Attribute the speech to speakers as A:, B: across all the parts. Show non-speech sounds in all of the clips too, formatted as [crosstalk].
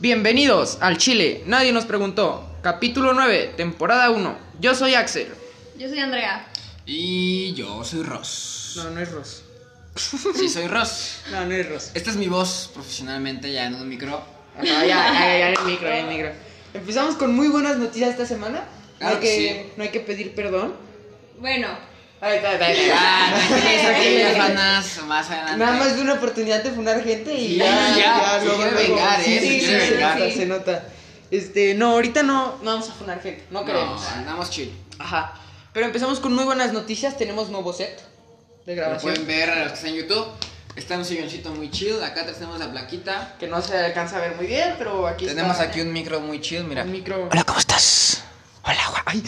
A: Bienvenidos al Chile, nadie nos preguntó. Capítulo 9, temporada 1. Yo soy Axel.
B: Yo soy Andrea.
C: Y yo soy Ross.
A: No, no es Ross.
C: Sí, soy Ross.
A: No, no es Ross.
C: Esta es mi voz profesionalmente ya en un micro.
A: [laughs] Ah, ya, ya, ya, el micro, ya el micro. Empezamos con muy buenas noticias esta semana. No hay
C: Claro que
A: que, no hay que pedir perdón.
B: Bueno,
A: Ay, ay, ay, ay. [laughs]
C: Ah, tranquilos, tranquilos,
A: Ay, ay, ay.
C: panas, más adelante.
A: Nada más de una oportunidad de funar gente y
C: Sí,
A: ya,
C: ya, se
A: luego,
C: quiere
A: luego.
C: vengar,
A: Sí,
C: ¿eh?
A: sí,
C: Se
A: sí,
C: quiere
A: se
C: vengar.
A: nota, se nota. Este, no, ahorita no, no vamos a funar gente, no
C: No,
A: queremos.
C: andamos chill.
A: Ajá. Pero empezamos con muy buenas noticias. Tenemos nuevo set de
C: Lo pueden
A: grabación.
C: ver a los que están en YouTube. Está en un silloncito muy chill. Acá atrás tenemos la plaquita.
A: Que no se alcanza a ver muy bien, pero aquí
C: Tenemos
A: está
C: aquí un micro muy chill, mira.
A: un micro.
C: Hola, ¿cómo estás? Hola, gua- ay.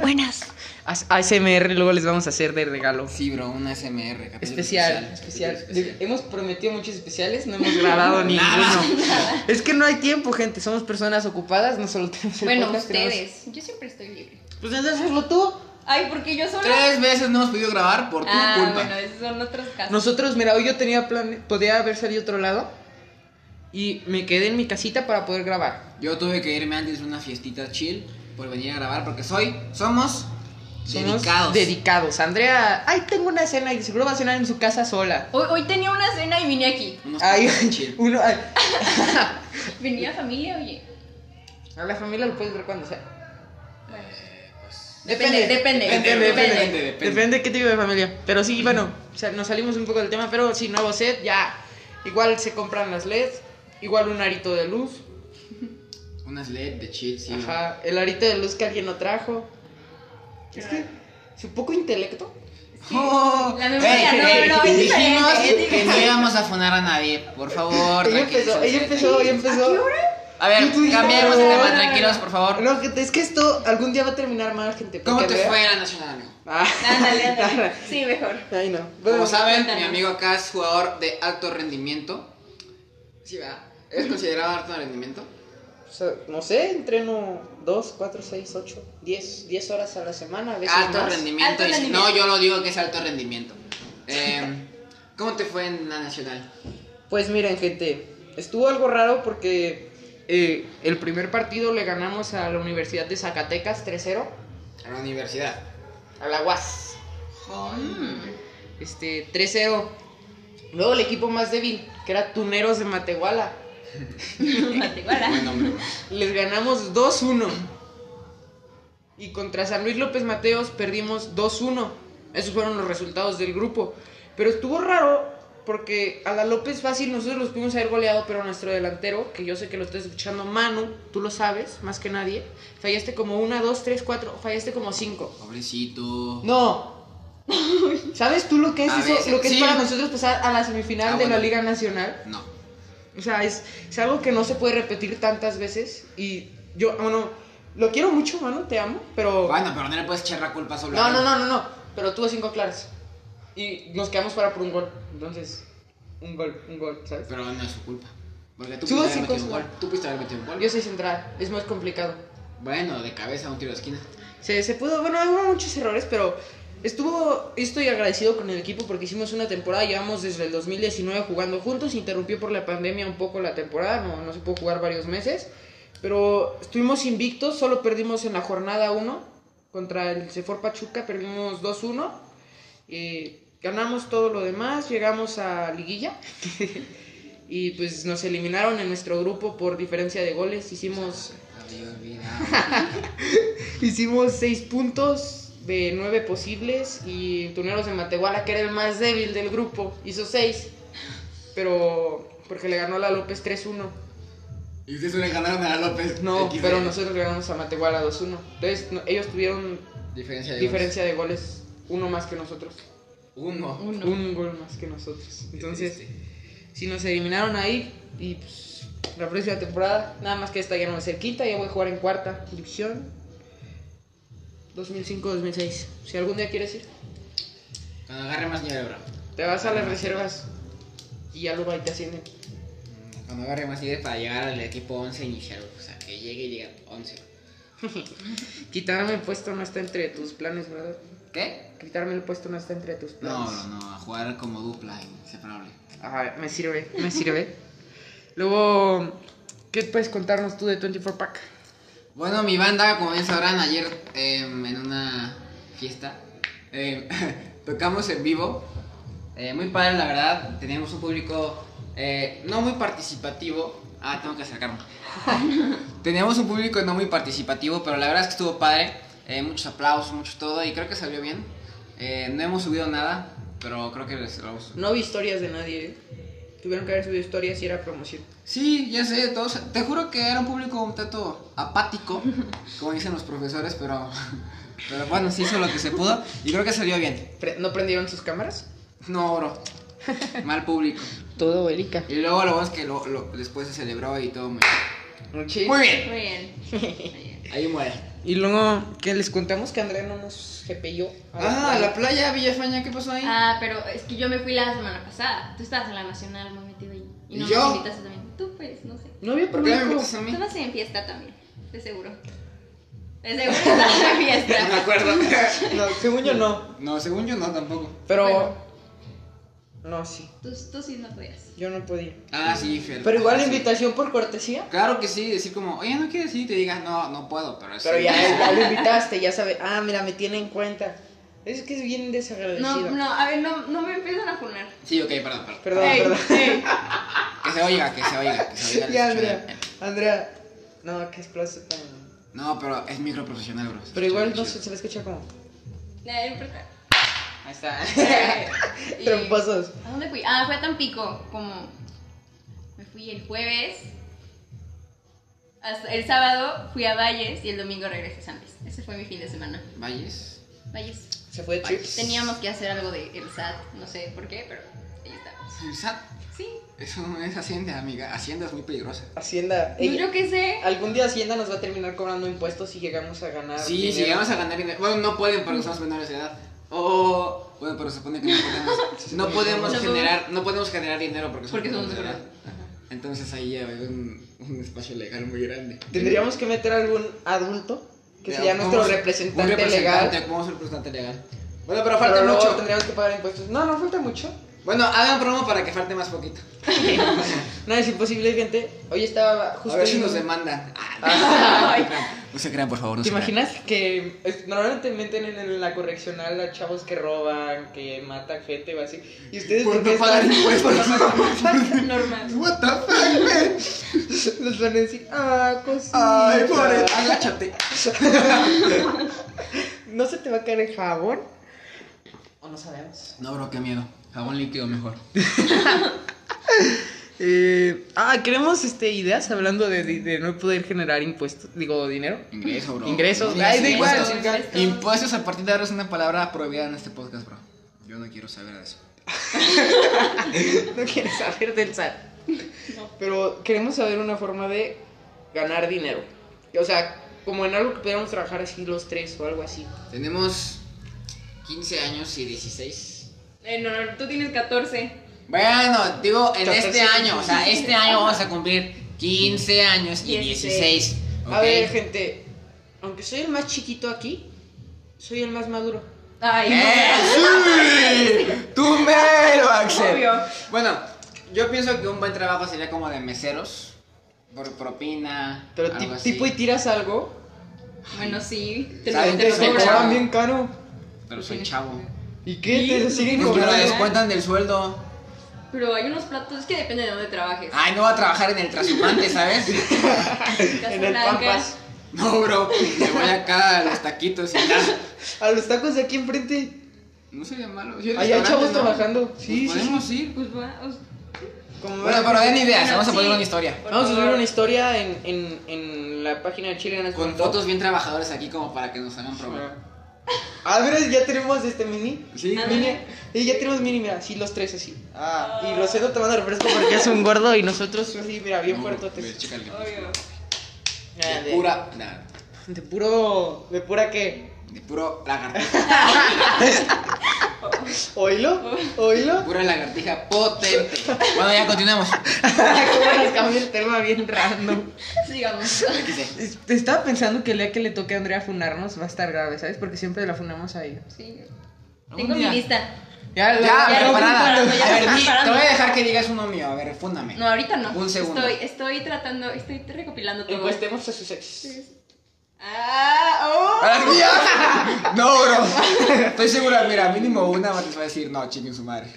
B: buenas.
A: As- ASMR luego les vamos a hacer de regalo.
C: Sí, bro, una SMR. capítulo
A: Especial, especial.
C: capítulo
A: De- Hemos prometido muchos especiales, no hemos
C: [laughs]
A: grabado ninguno. Es que no hay tiempo, gente. Somos personas ocupadas, no solo tenemos el
B: Bueno,
A: podcast, tenemos-
B: ustedes. Yo siempre estoy libre.
A: Pues entonces hazlo tú.
B: Ay, porque yo solo.
C: Tres veces no hemos podido grabar por tu
B: ah,
C: culpa.
B: bueno, esos son otros casos.
A: Nosotros, mira, hoy yo tenía plan, podía haber salido a otro lado y me quedé en mi casita para poder grabar.
C: Yo tuve que irme antes de una fiestita chill por venir a grabar porque soy, somos
A: Somos
C: dedicados.
A: dedicados. Andrea, ay, tengo una cena y seguro va a cenar en su casa sola.
B: Hoy, hoy tenía una cena y vine aquí.
C: Unos
A: Ay,
C: papás chill.
A: [laughs] uno, ay.
C: [laughs]
B: Venía familia, oye.
A: A la familia lo puedes ver cuando sea.
B: Bueno, Depende, depende,
C: depende,
A: depende,
C: depende, depende.
A: Depende qué tipo de familia. Pero sí, bueno, o sea, nos salimos un poco del tema, pero sí, nuevo set, ya. Igual se compran las LEDs, igual un arito de luz.
C: Unas LED de chill, sí.
A: Ajá, el arito de luz que alguien no trajo. Es que, su poco intelecto.
C: Oh,
B: La memoria,
C: ey,
B: no, no, es
C: ey,
B: diferente,
C: dijimos
B: es
C: que no
B: diferente.
C: íbamos a funar a nadie, por favor.
A: Ella
C: tranquilos,
A: empezó, ella
C: eh,
A: empezó, ella empezó.
B: ¿A qué hora?
C: A ver,
A: Tú dijiste,
C: cambiemos de
A: no,
C: tema,
A: no,
C: tranquilos, por favor.
A: No, gente, es que esto algún día va a terminar mal, gente.
C: ¿Cómo
A: porque
C: te
A: vea-
C: fue en la nacional, amigo?
A: Ah.
B: [laughs] Ándale, ándale. Sí, mejor.
A: Ay, no.
C: Como
A: Bueno,
C: saben, mi
B: cuéntanos.
C: amigo acá es jugador de alto rendimiento. Sí, va. ¿Es considerado alto rendimiento?
A: o sea, no sé, entreno 2, 4, 6, 8, 10, 10 horas a la semana. A veces
C: Alto
A: más.
C: rendimiento.
B: Alto
C: y si
B: rendimiento.
C: No, yo lo digo que es alto rendimiento. Eh, ¿Cómo te fue en la nacional?
A: Pues miren, gente, estuvo algo raro porque eh, el primer partido le ganamos a la Universidad de Zacatecas 3-0,
C: A la universidad.
A: a la UAS.
B: Mm.
C: [laughs]
A: Este, 3-0. Luego el equipo más débil, que era Tuneros de Matehuala.
C: Buen
B: Matehuala.
C: nombre.
A: Les ganamos 2-1. Y contra San Luis López Mateos perdimos 2-1. Esos fueron los resultados del grupo. Pero estuvo raro porque a la López fácil nosotros los pudimos haber goleado, pero nuestro delantero, que yo sé que lo estás escuchando, Manu, tú lo sabes, más que nadie, fallaste como 1, 2, 3, 4, fallaste como 5.
C: Pobrecito. [laughs]
A: No. ¿Sabes tú lo que es
C: A
A: eso?
C: veces,
A: lo que es
C: sí.
A: para nosotros pasar a la semifinal
C: Ah,
A: de la
C: bueno.
A: Liga Nacional.
C: No.
A: O sea, es, es algo que no se puede repetir tantas veces. Y yo, ah, bueno, lo quiero mucho, mano, te amo, pero.
C: Bueno, pero no le puedes echar la culpa solo a
A: No,
C: él.
A: no, no, no, no. Pero tuvo cinco claras. Y nos quedamos fuera por un gol. Entonces, un gol, un gol, ¿sabes?
C: Pero no es su culpa. Porque tú
A: Tú
C: pudiste
A: sí
C: haber metido un
A: cosa.
C: gol. Tú pudiste haber metido un gol.
A: Yo soy central, es más complicado.
C: Bueno, de cabeza, un tiro de esquina.
A: Se, se pudo, bueno, hubo muchos errores, pero estuvo. Estoy agradecido con el equipo porque hicimos una temporada, llevamos desde el 2019 jugando juntos. Interrumpió por la pandemia un poco la temporada, no, no se pudo jugar varios meses. Pero estuvimos invictos, solo perdimos en la jornada 1 contra el Cefor Pachuca, perdimos 2-1. eh, ganamos todo lo demás, llegamos a Liguilla. y pues nos eliminaron en nuestro grupo por diferencia de goles. Hicimos
C: Había
A: [laughs]
C: olvidado.
A: Hicimos 6 puntos de 9 posibles y Tuneros de Matehuala, que era el más débil del grupo, hizo 6. Pero porque le ganó a la López 3-1.
C: y ustedes le ganaron a la López.
A: No,
C: XD.
A: pero nosotros le ganamos a Matehuala 2-1. Entonces no- ellos tuvieron
C: Diferencia de
A: diferencia de goles, uno más que nosotros.
C: goles. Uno.
B: Uno.
A: Un gol más que nosotros. Entonces,
C: Este.
A: si nos eliminaron ahí y pues, la próxima temporada, nada más que esta ya no es cerquita, ya voy a jugar en cuarta división. 2005-2006. Si algún día quieres ir.
C: Cuando agarre más nieve, bro.
A: Te vas a las reservas y ya luego ahí te ascienden.
C: Cuando agarre más nieve para llegar al equipo 11 inicial. O sea, que llegue y llegue 11.
A: Quitarme el puesto no está entre tus planes, ¿verdad?
C: ¿Qué?
A: Quitarme el puesto no está entre tus
C: No,
A: planes.
C: bro, no. A jugar como dupla, inseparable.
A: Ah, me sirve, me sirve. Luego, ¿Qué puedes contarnos tú de 24 Pack?
C: Bueno, mi banda, como bien sabrán, ayer em, en una fiesta em, [laughs] tocamos en vivo. Eh, muy padre, la verdad. Teníamos un público eh, no muy participativo. Ah, tengo que acercarme. [laughs] Teníamos un público no muy participativo, pero la verdad es que estuvo padre. Eh, muchos aplausos, mucho todo, y creo que salió bien. Eh, no hemos subido nada, pero creo que les lo vamos a subir.
A: No vi historias de nadie. ¿eh? Tuvieron que haber subido historias y era promoción.
C: Sí, ya sé, todos. Te juro que era un público un tanto apático, como dicen los profesores, pero, pero bueno, se hizo lo que se pudo y creo que salió bien.
A: Pre- ¿No prendieron sus cámaras?
C: No, bro. Mal público.
A: Todo, Erika.
C: Y luego lo bueno es que lo- lo- después se celebró y todo muy Muy
A: Muy bien.
C: bien.
B: Muy bien.
C: Ahí muere.
A: Y luego, que les contamos que Andrea no nos GPIó.
C: Ah, la playa Villafaña, ¿qué pasó ahí?
B: Ah, pero es que yo me fui la semana pasada. Tú estabas en la nacional muy metido ahí. Y no
C: ¿Y yo?
B: me invitaste también. Tú pues, no sé.
A: No había
C: ¿Por qué me
A: problema.
C: invitas a mí?
B: Tú vas en fiesta también, de seguro.
C: [laughs]
B: De seguro estás en
C: No [laughs] me
B: fiesta.
C: acuerdo.
A: No, según yo no.
C: No, según yo no tampoco.
A: Pero.
B: Bueno.
A: No, sí.
B: Tú, tú sí no podías.
A: Yo no podía.
C: Ah, sí, Fer.
A: Pero igual la
C: Sí.
A: invitación por cortesía.
C: Claro que sí, decir como, oye, no quieres ir, y te digas, no, no puedo, pero es.
A: Pero ya, ya lo invitaste, ya sabe. Ah, mira, me tiene en cuenta. Es que es bien
B: No,
A: desagradecido.
B: no, a ver, no, no me empiezan a funar.
C: Sí, ok, perdón, perdón.
A: Perdón,
B: Ey,
A: perdón.
B: ey.
C: Que se oiga, que se oiga, que se oiga.
A: [laughs]
C: el
A: Ya,
C: escucho de-
A: Andrea. Andrea. No, que es plazo tan.
C: No, pero es micro profesional, bro.
A: Pero igual no
C: Chido.
A: se, se le escucha como.
B: Ya, ya
A: [laughs]
B: empezó.
C: Ahí está.
B: Eh, y-
A: Tramposos.
B: ¿A dónde fui? Ah, fui a Tampico, como me fui el jueves. Hasta el sábado fui a Valles y el domingo regresé a San Luis. Ese fue mi fin de semana.
C: Valles.
B: Valles.
A: Se fue de trips.
B: Teníamos que hacer algo de el SAT, no sé por qué, pero ahí estábamos.
C: El SAT.
B: Sí.
C: Eso no es Hacienda, amiga. Hacienda es muy peligrosa.
A: Hacienda.
B: Pues
A: Ey, ah,
B: yo qué sé.
A: Algún día Hacienda nos va a terminar cobrando impuestos si llegamos a ganar.
C: Sí,
A: Ah, dinero.
C: si llegamos a ganar dinero. Bueno, no pueden porque somos menores de edad. O. Bueno, pero se supone que no
A: [laughs]
C: podemos. No podemos
B: No podemos.
C: generar. No podemos generar dinero porque somos
B: Porque
A: ah,
B: somos
C: menores
B: menores.
C: Entonces ahí ya hay un, un espacio legal muy grande.
A: Tendríamos que meter algún adulto que sería
C: Veamos,
A: nuestro
C: un
A: representante,
C: representante,
A: legal.
C: ¿Cómo es el representante legal? Bueno, pero falta
A: luego
C: mucho.
A: Tendríamos que pagar impuestos. No, no falta mucho.
C: Bueno, hagan promo para que falte más poquito.
A: No es imposible, gente. Hoy estaba justo.
C: a ver si
A: viendo-
C: nos demandan.
B: Ay.
C: No se crean, por favor. no
A: ¿Te
C: se crean.
A: imaginas que es- normalmente meten en, en la correccional a chavos que roban, que matan gente o así? Y ustedes [laughs]
C: Por
A: por qué
C: no pagar
A: están-
B: [laughs]
C: impuestos.
A: [laughs]
B: Normal.
C: What the fuck, man?
A: Nos van a decir, ah, cosita.
C: Ay, pobre. Agáchate.
A: ¿No se te va a caer el jabón? O no sabemos.
C: No, bro, qué miedo. Jabón líquido mejor.
A: Eh, ah, queremos este, ideas hablando de, de- de no poder generar impuestos, digo, dinero.
C: Ingreso, bro.
A: Ingresos.
C: No digas
A: Ay, da igual.
C: impuestos.
B: Ingresos.
C: Impuestos a partir de ahora es una palabra prohibida en este podcast, bro. Yo no quiero saber de eso.
A: No quieres saber del SAT.
B: No.
A: Pero queremos saber una forma de ganar dinero. O sea, como en algo que pudiéramos trabajar así los tres o algo así.
C: Tenemos 15 años y 16.
B: Eh, no, no, tú tienes 14.
C: Bueno, digo, en
A: 14.
C: este año, o sea, este año vamos a cumplir 15 años y 16.
B: 16.
A: A
C: ¿ok?
A: ver, gente, aunque soy el más chiquito aquí, soy el más maduro.
B: Ay,
C: ¡Eh, sí! ¡Tú mero, Axel!
B: Obvio.
C: Bueno, yo pienso que un buen trabajo sería como de meseros, por propina,
A: Pero
C: algo
A: ti-
C: así.
A: tipo y tiras algo,
B: Bueno, sí. Te lo,
C: ¿Saben
B: te
C: qué
B: lo
C: soy
B: cobran.
C: chavo?
A: caro.
C: Pero soy chavo.
A: ¿Y qué? ¿Te siguen
C: Pues me lo
A: cobrando?
C: descuentan del sueldo.
B: Pero hay unos platos, es que depende de dónde trabajes.
A: Ah,
C: Ay, no va a trabajar en el
A: [laughs]
C: transhumante, ¿sabes?
B: Casa
A: En el
B: Blanca.
A: Pampas.
C: No, bro, me voy acá a los taquitos y ya.
A: A los tacos de aquí enfrente.
C: No sería malo. Sí,
A: Ahí hay
C: restaurante,
A: chavos
C: ¿no?
A: trabajando.
C: Pues
A: Sí, sí, sí.
C: podemos ir.
B: Pues va, o sea,
A: Como
C: Bueno,
A: ven.
C: pero den ideas,
B: Bueno,
C: vamos a poner
B: sí.
C: una historia.
B: Por
A: Vamos a subir
B: favor.
A: una historia en, en, en la página de Chile Ganas
C: Con fotos bien trabajadores aquí como para que nos hagan probar.
A: Ah, mira, ya tenemos este mini.
C: Sí,
B: Ah,
A: Mini, y ya tenemos mini, mira, así los tres así. Ah, y Rosendo tomando refresco porque es un gordo y nosotros así, mira, bien
C: Mira,
A: fuertotes.
C: chica, el-
B: Obvio.
A: Ah,
C: De pura. nada,
A: De puro. ¿De pura qué?
C: De puro lagartija.
A: ¿Oilo? ¿Oilo? [laughs]
C: Pura lagartija potente. Bueno, ya continuemos.
A: ¿Cómo nos cambia el tema bien random? [laughs]
B: Sigamos.
A: Es- Estaba pensando que el día que le toque a Andrea funarnos va a estar grave, ¿sabes? Porque siempre la funamos a ella.
B: Sí.
C: Algún
B: Tengo mi
C: día.
B: lista.
A: Ya, lo-
C: Ya,
B: Ya
C: pero
B: lo
C: parada.
B: comparando, ya
C: A
B: lo
C: ver, di- te
B: comparando.
C: voy a dejar que digas uno mío. A ver, fúndame.
B: No, ahorita no.
C: Un segundo.
B: Estoy, estoy tratando, estoy recopilando todo.
A: Encuestemos a sus exes.
B: Ah, oh.
C: ¿A las mías? No, bro. Estoy segura, mira, mínimo una va- te va a decir, no, chinguen su madre.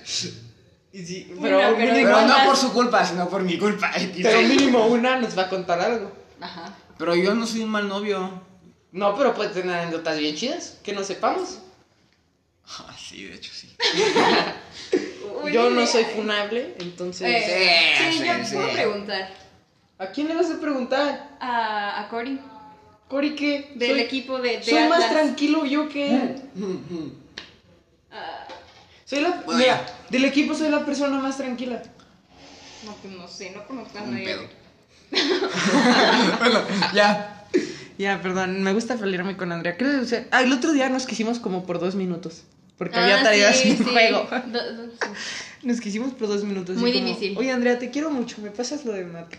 A: Y sí,
B: Una,
A: pero,
B: pero
A: mínimo,
C: Pero
B: igual
C: no
B: más.
C: por su culpa, sino por mi culpa. Ay, tío.
A: pero mínimo una nos va a contar algo.
B: Ajá.
C: Pero yo no soy un mal novio.
A: No, pero puede tener anécdotas bien chidas que no sepamos.
C: Ah, sí, de hecho sí.
B: Uy,
A: Yo no
B: mira.
A: soy funable, entonces.
B: Pues Eh,
C: Sí,
B: sí,
C: sí,
B: yo
C: sí.
B: puedo preguntar
A: ¿A quién le vas a preguntar?
B: a, a Cory
A: Cori, ¿qué?
B: del
A: Soy-
B: equipo de, de
A: Soy más
B: Atlas.
A: tranquilo yo que él.
C: Mm.
B: Ah,
A: Soy la.
C: Bueno,
A: mira,
C: ya.
A: del equipo soy la persona más tranquila.
B: no, pues no sé, no conozco a
C: Un pedo.
B: nadie.
C: [laughs] bueno, ya.
A: Ya, perdón, me gusta pelearme con Andrea. Creo que usted- Ah, el otro día nos quisimos como por dos minutos. Porque
B: Ah,
A: había tareas
B: sí,
A: en
B: sí.
A: juego. [laughs]
B: Do- do- sí.
A: Nos quisimos por dos minutos. y
B: Muy
A: como,
B: difícil.
A: Oye, Andrea, te quiero mucho. ¿Me pasas lo de Mate?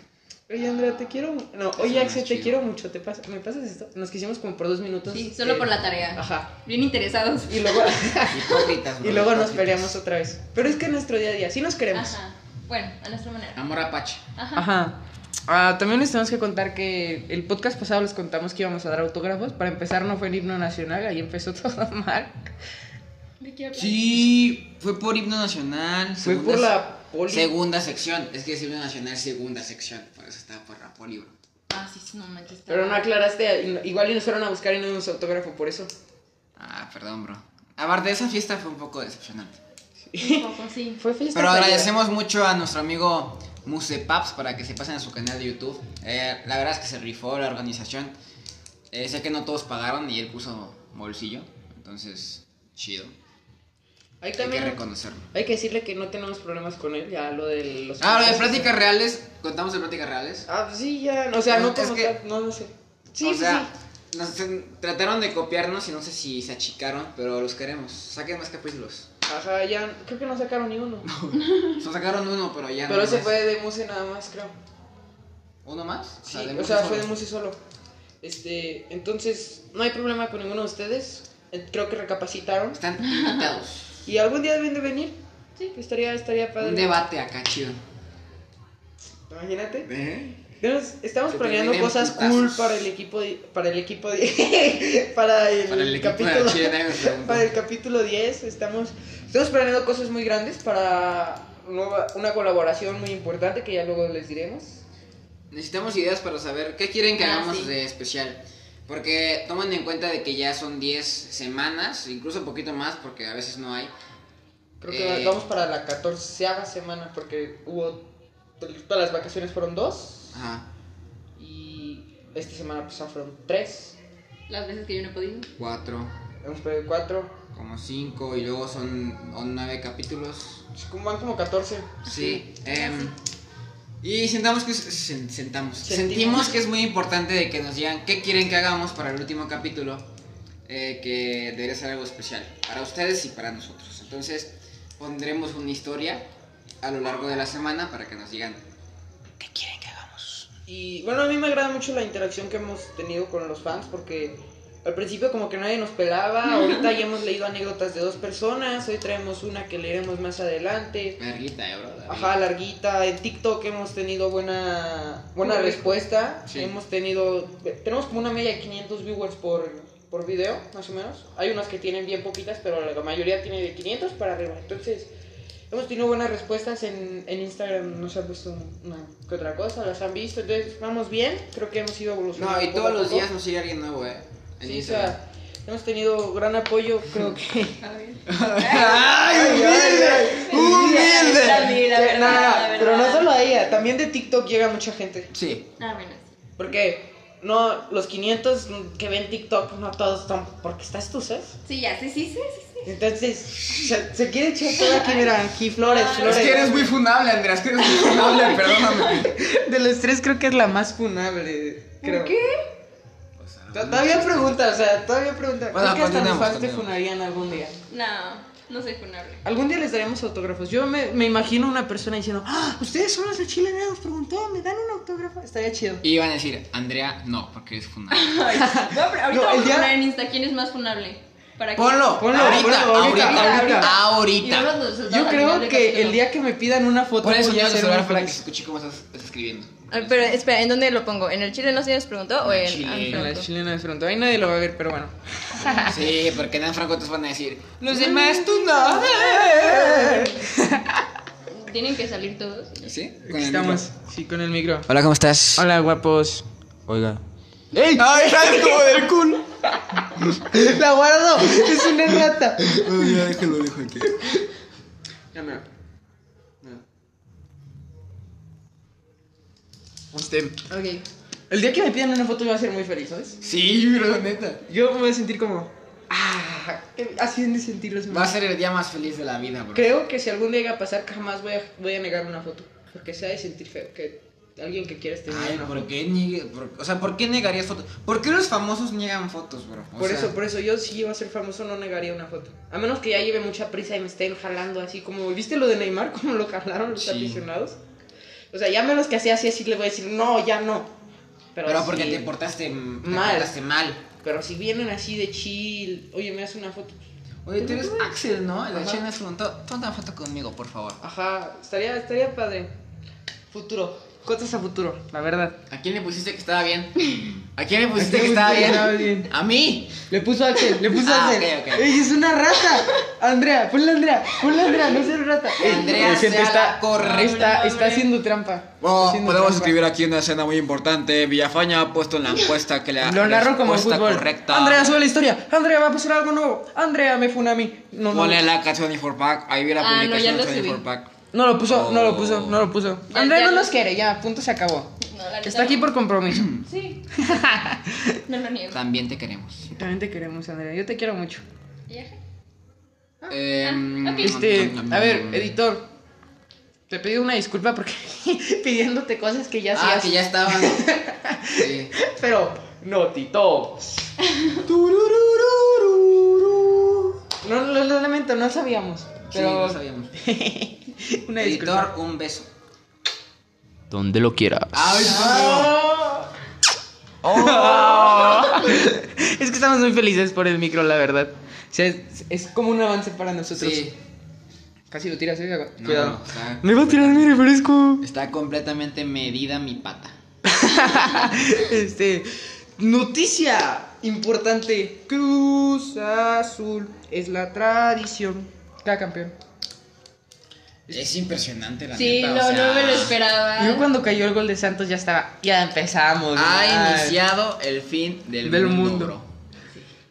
A: Oye, Andrea, te quiero. mu- No, oye,
C: no
A: Axel,
C: es
A: te
C: chido.
A: quiero mucho. ¿Te pas- ¿Me pasas esto? Nos quisimos como por dos minutos.
B: Sí, solo
A: eh,
B: por la tarea.
A: Ajá.
B: Bien interesados.
A: Y luego, [laughs]
C: Hipócritas,
A: y
C: bro,
A: luego nos
C: hipócritas.
A: peleamos otra vez. Pero es que en nuestro día a día sí nos queremos.
B: Ajá. Bueno, a nuestra manera.
C: Amor apache.
B: Ajá.
A: Ajá. Ah, también les tenemos que contar que el podcast pasado les contamos que íbamos a dar autógrafos. Para empezar, no fue el himno nacional, ahí empezó [laughs] todo mal. Ah.
B: ¿De qué hablas?
C: Sí, fue por himno nacional.
A: Fue
C: segunda
A: por
C: se-
A: la poli.
C: Segunda sección. Es que es himno nacional, segunda sección. Por eso estaba por la poli, bro.
B: Ah, sí, sí, no manches. está
A: Pero no
B: mal.
A: aclaraste, igual y nos fueron a buscar y no dimos autógrafo por eso.
C: Ah, perdón, bro. Aparte, esa fiesta fue un poco decepcionante.
B: Un poco, sí.
A: Fue fiesta.
C: Pero
A: fallida.
C: agradecemos mucho a nuestro amigo Musepaps para que se pasen a su canal de YouTube. Eh, la verdad es que se rifó la organización. Eh, sé que no todos pagaron y él puso bolsillo. Entonces, chido.
A: Hay,
C: Hay que
A: también, hay, que
C: reconocerlo. Ah,
A: decirle que no tenemos problemas con él, ya lo de los.
C: Ahora, de pláticas reales, contamos de pláticas reales.
A: Ah, pues sí, ya. O sea, no
C: Es
A: como
C: que-
A: tal, no, no sé. Sí,
C: o
A: pues
C: sea,
A: sí.
C: nos en- trataron de copiarnos y no sé si se achicaron, pero los queremos. Saquen más capítulos.
A: Ajá, ya. Creo que no sacaron ni uno.
C: Nos sacaron uno, pero ya
A: Pero
C: no.
A: ese
C: más.
A: fue de Muse nada más, creo.
C: ¿Uno más?
A: Sí,
C: de
A: o
C: Muse
A: sea,
C: solo.
A: fue de Muse solo. Este, entonces, no hay problema con ninguno de ustedes. Eh, Creo que recapacitaron.
C: Están invitados.
A: [laughs] Y algún día deben de venir.
B: Sí.
A: Estaría, estaría padre.
C: Un debate acá, chido.
A: Imagínate.
C: ¿Eh?
A: Tenemos- estamos
C: Que
A: planeando
C: terminen
A: cosas
C: putazos.
A: cool para el equipo de- para el equipo de, [laughs] para el,
C: Para el equipo de
A: capítulo
C: Chile, nadie nos
A: [laughs]
C: preguntó.
A: para el capítulo 10 estamos estamos planeando cosas muy grandes para nueva- una colaboración muy importante que ya luego les diremos.
C: Necesitamos ideas para saber qué quieren que
B: Ah,
C: hagamos
B: sí.
C: de especial. Porque toman en cuenta de que ya son 10 semanas, incluso un poquito más, porque a veces no hay.
A: Creo que
C: Eh.
A: vamos para la 14 semana porque hubo todas las vacaciones fueron dos
C: Ajá.
A: y esta semana pasada fueron tres,
B: Las veces que yo no he podido.
C: 4,
A: hemos perdido cuatro,
C: como 5, y luego son 9 capítulos.
A: Es Pues, como- van como 14.
C: Sí. em, y sentamos que es- sen- sentamos.
A: Sentimos.
C: Sentimos que es muy importante de que nos digan qué quieren que hagamos para el último capítulo. eh, que debería ser algo especial para ustedes y para nosotros. Entonces pondremos una historia a lo largo de la semana para que nos digan qué quieren que hagamos.
A: Y bueno, a mí me agrada mucho la interacción que hemos tenido con los fans porque al principio como que nadie nos pelaba, ahorita ya hemos leído anécdotas de dos personas, hoy traemos una que leeremos más adelante.
C: Verguita, eh, bro.
A: Ajá, larguita, en TikTok hemos tenido buena buena
B: Público.
A: respuesta.
C: Sí.
A: Hemos tenido tenemos como una media de 500 viewers por por video, más o menos. Hay unas que tienen bien poquitas, pero la mayoría tiene de 500 para arriba. Entonces, hemos tenido buenas respuestas en, en Instagram, nos han puesto una que otra cosa, las han visto, entonces vamos bien, creo que hemos ido evolucionando.
C: No, y
A: poco
C: todos
A: a
C: los
A: poco.
C: días nos sigue alguien nuevo, eh. En
A: Sí, o
C: Instagram.
A: sea, hemos tenido gran apoyo,
C: [laughs]
A: creo que...
B: A ver.
C: ¡Ay,
A: ay, ay!
B: La vida, la
A: No, no, no,
B: verdad, la
A: pero no
B: verdad.
A: solo a ella, también de TikTok llega mucha gente.
C: Sí.
B: Ah, bueno, sí.
A: Porque no, los 500 que ven TikTok no todos están porque estás tú, ¿sabes?
B: Sí, ya, sí, sí, sí, sí. sí.
A: Entonces, se, se quiere echar todo aquí, mira, aquí flores,
B: Ay.
A: flores.
C: muy funable, Andrés, que eres muy
A: [laughs]
C: funable, perdóname.
A: De los tres creo que es la más funable, creo.
B: ¿Por qué?
A: T- Todavía pregunta, o sea, todavía pregunta.
C: Bueno,
A: creo que hasta los
C: continuemos,
A: fans te
C: continuemos.
A: funarían algún día.
B: No, no soy funable.
A: [laughs] Algún día les daremos autógrafos. Yo me, me imagino una persona diciendo, ¡Ah! Ustedes son los de Chile Negros, preguntó, ¿me dan un autógrafo? Estaría chido.
C: Y iban a decir, Andrea, no, porque es funable.
B: No, pero ahorita
A: No, el
B: vamos
A: día-
B: a poner en Insta quién es más funable. Para que-
C: [laughs] Ponlo,
A: Ponlo,
C: ahorita,
A: ponlo, ahorita,
C: ahorita,
A: ahorita.
B: Y
C: ahorita.
B: vemos nosotros
A: Yo
B: al final
A: creo
B: del
A: que
B: capítulo.
A: el día que me pidan una foto.
C: Por eso
A: voy a
C: llevas el
A: ser
C: celular
A: muy
C: para que se
A: feliz.
C: escuche cómo estás, estás escribiendo.
D: Ah, Pero espera, ¿en dónde lo pongo? ¿En el chile no se nos preguntó o
C: En
D: en
C: Chile,
D: Anne
C: en
A: En la
D: Franco?
A: chilena de pronto. Ahí nadie lo va a ver, pero bueno.
C: [laughs] Sí, porque Dan Franco te van a decir, los demás tú no.
B: Tienen que salir todos.
C: ¿Sí? Con el
A: Aquí estamos.
C: micro.
A: Sí, con el micro.
C: Hola, ¿cómo estás?
A: Hola, guapos.
C: Oiga. ¡Ey! ¡Ay, sale como del culo!
A: La guardo. Es una rata.
C: ya déjalo, dejo aquí.
A: Ya me. Este,
D: Ok.
A: el día que me pidan una foto yo voy a ser muy feliz, ¿sabes?
C: Sí, bro, neta.
A: Yo me voy a sentir como. Ah, que- así han de sentir los
C: Va a
A: demás.
C: ser el día más feliz de la vida, bro.
A: Creo que si algún día llega a pasar, jamás voy a, voy a negar una foto. Porque se ha de sentir feo que alguien que quieres te niegue
C: Ay,
A: una
C: ¿por qué niegue- por- o sea, ¿por qué negarías fotos? ¿Por qué los famosos niegan fotos, bro? O
A: Por
C: sea,
A: eso, por eso, yo si iba a ser famoso no negaría una foto. A menos que ya lleve mucha prisa y me estén jalando así como, ¿viste lo de Neymar? [laughs] Como lo jalaron los
C: Sí.
A: aficionados. O sea, ya menos que hacía así, así le voy a decir, no, ya no. Pero,
C: Pero,
A: sí-
C: porque te portaste m- te
A: Mal.
C: portaste mal.
A: Pero si vienen así de chill, oye, me hace una foto.
C: Oye, tú eres Axel, ¿no? La
A: Ajá.
C: china se preguntó, toma una foto conmigo, por favor.
A: Ajá, estaría, estaría padre. Futuro, cosas a futuro, la verdad.
C: ¿A quién le pusiste que estaba bien? ¿A quién le pusiste
A: quién
C: que estaba
A: pusiste que estaba
C: bien?
A: bien?
C: A mí.
A: Le puso Axel, le puso
C: Ah,
A: Axel.
C: ok, ok.
A: Ey, es una rata. Andrea, ponle a Andrea, ponle a Andrea, no seas rata. Ey,
C: Andrea
A: la gente
C: sea la
A: está,
C: correcta.
A: está, está haciendo trampa.
C: Oh,
A: Está haciendo trampa.
C: aquí una escena muy importante. Villafaña ha puesto en la encuesta que la
A: Lo narro como fútbol. Andrea, sube la historia. Andrea, va a pasar algo nuevo. Andrea, me funa a mí. No, no.
C: Ponle la canción y for pack. Ahí vi la
B: Ah, no,
C: publicación
B: ya
C: de
B: lo
C: Sony
B: subí.
C: for pack.
A: No lo puso, no lo puso,
C: Oh.
A: no lo puso.
B: Ya,
A: Andrea
B: ya
A: no
B: lo-
A: nos quiere, ya, punto, se acabó.
B: No, la neta
A: Está aquí
B: no.
A: por compromiso.
C: [clears throat]
A: [laughs]
B: Sí. no lo niego.
C: También te queremos.
A: También te queremos, Andrea. Yo te quiero mucho.
B: ¿Y ya?
C: Em,
B: ok.
A: Ah, Este, a ver, editor. Te pido una disculpa porque [laughs] pidiéndote cosas que ya
C: Ah,
A: hacías.
C: que
A: [laughs]
C: ya estaban. Sí.
A: Pero, no, Tito. No, lo, lo lamento, no sabíamos.
C: Sí,
A: Pero
C: lo sabíamos.
A: [laughs] una disculpa.
C: Editor, un beso.
E: Donde lo quieras.
C: Ay,
A: Ah. Oh. [laughs] es que estamos muy felices por el micro, la verdad. O sea, es, es como un avance para nosotros.
C: Sí.
A: Casi lo tiras, eh.
C: No,
A: Cuidado.
C: no, está-
A: Me va a tirar mi refresco.
C: Está completamente medida mi pata.
A: Este. Noticia importante. Cruz Azul es la tradición. Cada campeón.
C: Es impresionante la
B: Sí,
C: neta, o
B: no,
C: sea,
B: no me lo esperaba.
A: Yo cuando cayó el gol de Santos ya estaba. Ya empezamos.
C: Ha
A: mal.
C: iniciado el fin del,
A: Del mundo.
C: mundo. bro.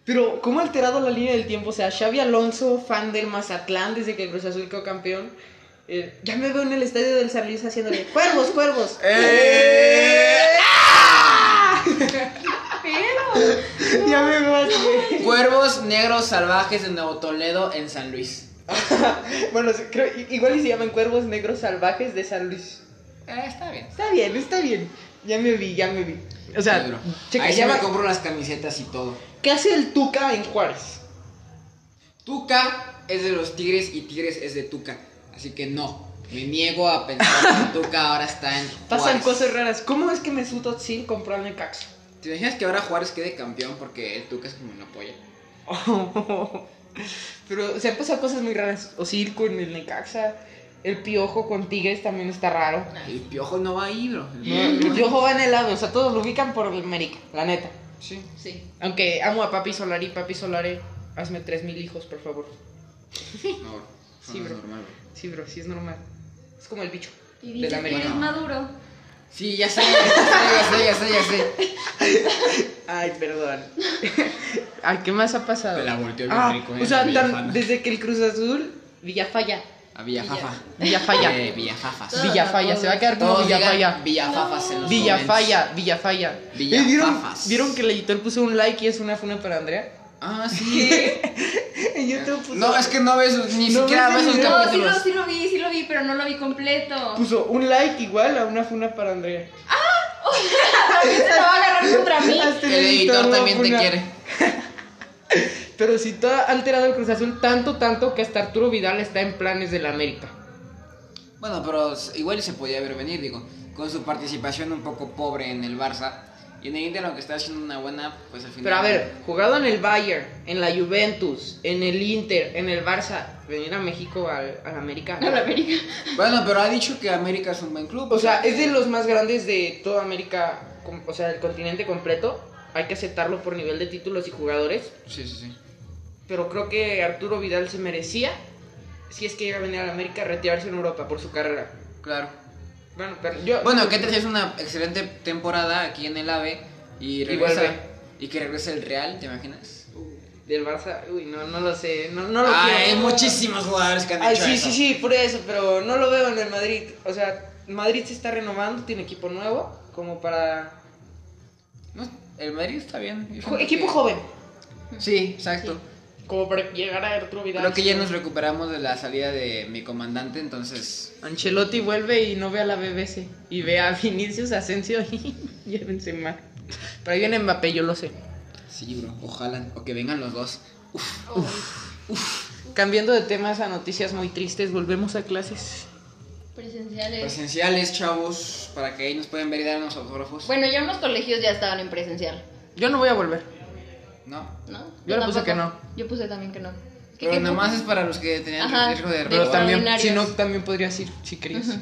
A: Pero, ¿cómo ha alterado la línea del tiempo? O sea, Xavi Alonso, fan del Mazatlán desde que Cruz Azul quedó campeón. eh, ya me veo en el estadio del San Luis haciéndole cuervos,
C: [laughs]
A: cuervos.
C: Eh.
A: [laughs]
B: Ah,
A: ya me veo así.
C: Cuervos negros salvajes de Nuevo Toledo en San Luis.
A: Bueno, sí, creo, i- igual y se llaman cuervos negros salvajes de San Luis.
C: Eh, está bien.
A: Está bien, está bien. Ya me vi, ya me vi. O sea,
C: Sí, bro.
A: checa,
C: ahí
A: ya
C: ya me
A: va-
C: compro las camisetas y todo.
A: ¿qué hace el Tuca en Juárez?
C: Tuca es de los Tigres y Tigres es de Tuca. Así que no, me niego a pensar que Tuca ahora está [laughs] en
A: Pasan
C: Juárez.
A: cosas raras. ¿Cómo es que Mesut Özil compró al Necaxa?
C: ¿Te imaginas que ahora Juárez quede campeón porque el Tuca es como una polla?
A: [laughs] Pero se han pasado cosas muy raras. Osil con el Necaxa, el piojo con Tigres también está raro.
C: El piojo no va ahí, bro.
A: El piojo va en el lado, o sea, todos lo ubican por el América, la neta.
C: Sí.
B: Sí.
A: Aunque amo a Papi Solari, Papi Solari, hazme tres mil hijos, por favor.
C: No, bro.
A: Sí,
C: No, no es
A: bro.
C: normal, bro.
A: Sí, bro, sí es normal. Es como el bicho.
B: Y
A: Del
B: dice que
A: América.
B: eres maduro.
C: Sí, ya sé, ya sé, ya sé, ya sé. ya sé.
A: Ay, perdón. [laughs] Ay, ¿qué más ha pasado?
C: Te la volteó bien
A: Ah,
C: rico, eh,
A: O sea,
C: la
A: tan-
C: Villafana.
A: desde que el Cruz Azul, Villafalla.
C: A Villafafa.
A: Villafalla.
C: [laughs] Eh, Villafafas.
B: Todos,
A: Villafalla,
B: todos.
A: se va a quedar como
C: Todos digan
A: Villafalla.
C: Villafafas en los
A: Villafalla, Villafalla.
C: Villafafas.
A: Eh, ¿Vieron, ¿Vieron que el editor puso un like y es una funa para Andrea? [laughs]
C: comments. Ah, sí.
A: En YouTube puso,
C: No, es que no ves ni
A: No
C: siquiera
A: ves
C: ves
A: el
C: los
A: video.
B: No, sí lo,
C: capítulos.
B: sí lo vi, sí lo vi, pero no lo vi completo.
A: puso un like igual a una funa para
C: [laughs]
A: Andrea.
B: Se lo va a [laughs] agarrar contra mí.
A: Hasta
C: El editor
A: lo
C: también te
A: funa.
C: quiere.
A: Pero si todo ha alterado el Cruz Azul tanto, tanto que hasta Arturo Vidal está en planes del América.
C: Bueno, pero s- igual se podía ver venir, digo. Con su participación un poco pobre en el Barça Y en el Inter, aunque está haciendo una buena, pues al final.
A: Pero a ver, jugado en el Bayern, en la Juventus, en el Inter, en el Barça, venir a México al, al América.
B: No, la América.
C: Bueno, pero ha dicho que América es un buen club.
A: O sea, es de los más grandes de toda América, com- o sea, del continente completo. Hay que aceptarlo por nivel de títulos y jugadores.
C: Sí, sí, sí.
A: Pero creo que Arturo Vidal se merecía, si es que iba a venir a la América, retirarse en Europa por su carrera.
C: Claro.
A: Bueno, pero yo.
C: Bueno, que te es una excelente temporada aquí en el AVE y
A: Y
C: regresa.
A: vuelve.
C: Y, que regrese el Real, ¿te imaginas?
A: Del Barça, uy, no, no lo sé. No, no lo
C: Ah,
A: quiero.
C: hay muchísimos jugadores que han
A: Ay,
C: hecho
A: sí,
C: eso.
A: sí, sí, por eso, pero no lo veo en el Madrid. O sea, Madrid se está renovando, tiene equipo nuevo, como para.
C: No, el Madrid está bien. Yo
A: Jo-
C: siento
A: equipo
C: que-
A: joven,
C: Sí, exacto.
A: como para llegar a Arturo Vidal.
C: Creo que ya nos recuperamos de la salida de mi comandante, entonces.
A: Ancelotti vuelve y no ve a la BBC. Y ve a Vinicius Asensio y [laughs] llévense mal. Pero ahí viene Mbappé, yo lo sé.
C: Sí, bro. Ojalá. O que vengan los dos.
A: Cambiando de temas a noticias muy tristes, volvemos a clases.
C: Pues
B: Presenciales.
C: Presenciales, chavos. Para que ahí nos pueden ver y darnos autógrafos.
B: Bueno, ya unos colegios ya estaban en presencial,
A: Yo no voy a volver.
C: No.
B: ¿no?
A: Yo le puse
B: tampoco.
A: que no.
B: Yo puse también que no. Que-
C: Pero
B: que
C: nada
B: no.
C: más es para los que tenían
B: Ajá.
C: riesgo de
A: Pero
B: De
C: robar.
A: también, si no,
B: extraordinarios.
A: también podrías ir, si querías.
B: Ujú.